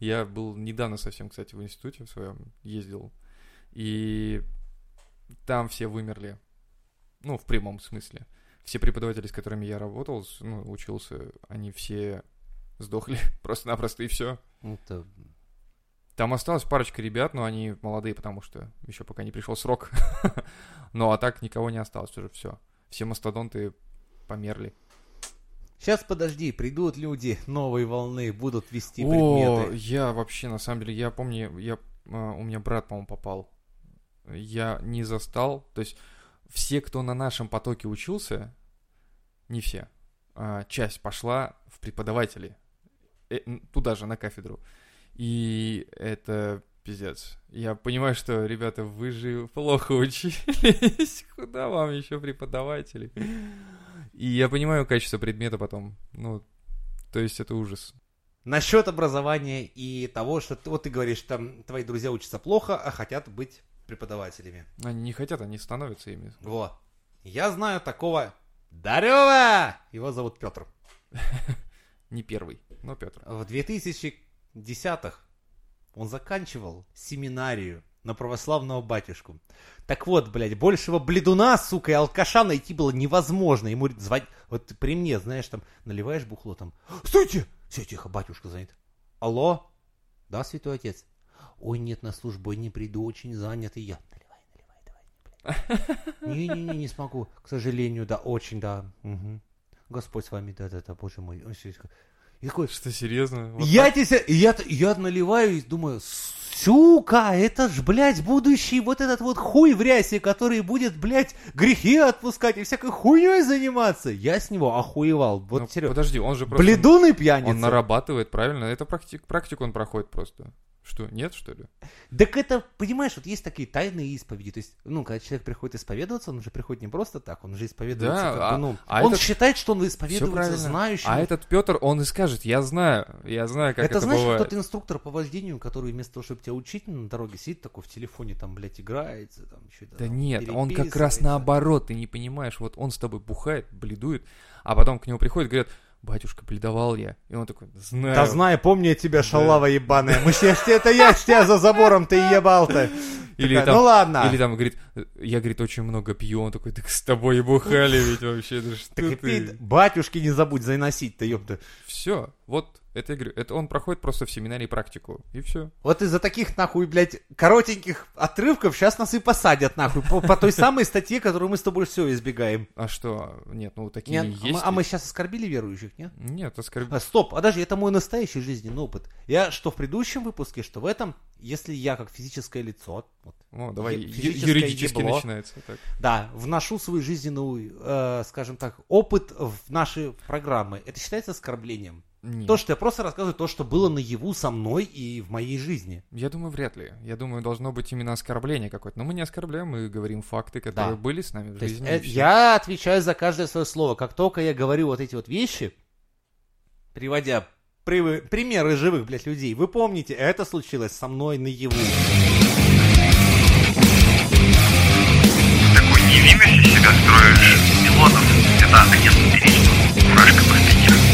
Speaker 3: Я был недавно совсем, кстати, в институте в своем ездил, и там все вымерли. Ну, в прямом смысле. Все преподаватели, с которыми я работал, с- ну, учился, они все сдохли просто-напросто, и все.
Speaker 2: Это
Speaker 3: Там осталась парочка ребят, но они молодые, потому что еще пока не пришел срок. Ну, а так никого не осталось уже, все. Все мастодонты померли.
Speaker 2: Сейчас подожди, придут люди новой волны, будут вести
Speaker 3: О,
Speaker 2: предметы.
Speaker 3: я вообще, на самом деле, я помню, я, э, у меня брат, по-моему, попал. Я не застал, то есть все, кто на нашем потоке учился, не все, а часть пошла в преподаватели, э, н- туда же, на кафедру. И это пиздец. Я понимаю, что, ребята, вы же плохо учились, куда вам еще преподаватели? И я понимаю качество предмета потом, ну, то есть это ужас.
Speaker 2: Насчет образования и того, что ты- вот ты говоришь, там твои друзья учатся плохо, а хотят быть преподавателями.
Speaker 3: Они не хотят, они становятся ими.
Speaker 2: Вот. Я знаю такого Дарева! Его зовут Петр.
Speaker 3: Не первый, но Петр.
Speaker 2: В 2010-х он заканчивал семинарию на православного батюшку. Так вот, блядь, большего бледуна, сука, и алкаша найти было невозможно. Ему звать... Вот ты при мне, знаешь, там наливаешь бухло, там... Стойте! Все, тихо, батюшка звонит. Алло? Да, святой отец? Ой, нет, на службу я не приду, очень занятый я. Наливай, наливай, давай. блядь. Не-не-не, не смогу. К сожалению, да, очень, да. Мгм. Господь с вами, да-да-да, боже мой. Ой, всё, всё. И такой,
Speaker 3: Что, серьезно? Вот
Speaker 2: я
Speaker 3: так?
Speaker 2: тебе се- я, т- я наливаю и думаю, сука, это ж, блядь, будущий вот этот вот хуй в рясе, который будет, блядь, грехи отпускать и всякой хуйней заниматься. Я с него охуевал. Вот
Speaker 3: Ну,
Speaker 2: серьезно.
Speaker 3: Подожди, он же просто...
Speaker 2: Бледун и пьяница.
Speaker 3: Он нарабатывает, правильно? Это практик, практику он проходит просто. Что, нет, что ли?
Speaker 2: Так это, понимаешь, вот есть такие тайные исповеди. То есть, ну, когда человек приходит исповедоваться, он же приходит не просто так, он же исповедуется
Speaker 3: Да,
Speaker 2: как
Speaker 3: а-
Speaker 2: бы, ну,
Speaker 3: а
Speaker 2: он
Speaker 3: этот-
Speaker 2: считает, что он
Speaker 3: Все
Speaker 2: исповедуется
Speaker 3: правильно.
Speaker 2: знающим.
Speaker 3: А этот Петр, он и скажет, я знаю, я знаю, как это,
Speaker 2: ну, это, знаешь,
Speaker 3: бывает.
Speaker 2: тот инструктор по вождению, который вместо того, чтобы тебя учить на дороге, сидит такой в телефоне, там, блядь, играется, там, что-то.
Speaker 3: Да
Speaker 2: там
Speaker 3: нет, он как раз
Speaker 2: переписывается.
Speaker 3: наоборот, ты не понимаешь, вот он с тобой бухает, бледует, а потом к нему приходит, говорят, батюшка, бледовал я. И он такой, знаю.
Speaker 2: Да знай, помню я тебя, шалава ебаная. Мы ж я ж тебя- это я ж тебя за забором ты ебал-то.
Speaker 3: Или
Speaker 2: Такая,
Speaker 3: там-
Speaker 2: ну ладно.
Speaker 3: Или там говорит, я, говорит, очень много пью, он такой, так с тобой и бухали ведь вообще, да что
Speaker 2: Так и
Speaker 3: ты.
Speaker 2: ты, батюшки не забудь заносить-то, ёпта.
Speaker 3: Все, вот это я говорю, это он проходит просто в семинарии практику, и все.
Speaker 2: Вот из-за таких, нахуй, блядь, коротеньких отрывков сейчас нас и посадят, нахуй, по, по той самой статье, которую мы с тобой все избегаем.
Speaker 3: А что, нет, ну такие
Speaker 2: Нет, а мы-
Speaker 3: есть.
Speaker 2: а мы сейчас оскорбили верующих, нет?
Speaker 3: Нет, оскорб...
Speaker 2: А, Стоп, а даже это мой настоящий жизненный опыт. Я что в предыдущем выпуске, что в этом, если я как физическое лицо, вот,
Speaker 3: О, давай,
Speaker 2: е-
Speaker 3: ю-
Speaker 2: физическое
Speaker 3: юридически
Speaker 2: ебло.
Speaker 3: начинается. Так.
Speaker 2: да, вношу свой жизненный, э, скажем так, опыт в наши программы, это считается оскорблением.
Speaker 3: Нет.
Speaker 2: То, что я просто рассказываю то, что было наяву со мной и в моей жизни.
Speaker 3: Я думаю, вряд ли. Я думаю, должно быть именно оскорбление какое-то. Но мы не оскорбляем, мы говорим факты,
Speaker 2: Да.
Speaker 3: которые были с нами в
Speaker 2: То есть,
Speaker 3: жизни.
Speaker 2: э,
Speaker 3: и всё.
Speaker 2: я отвечаю за каждое свое слово. Как только я говорю вот эти вот вещи, приводя привы- примеры живых, блядь, людей, вы помните, это случилось со мной наяву.
Speaker 4: такой невинность из себя строишь. Милонов, это агент перечного. Фуражка под пеньер.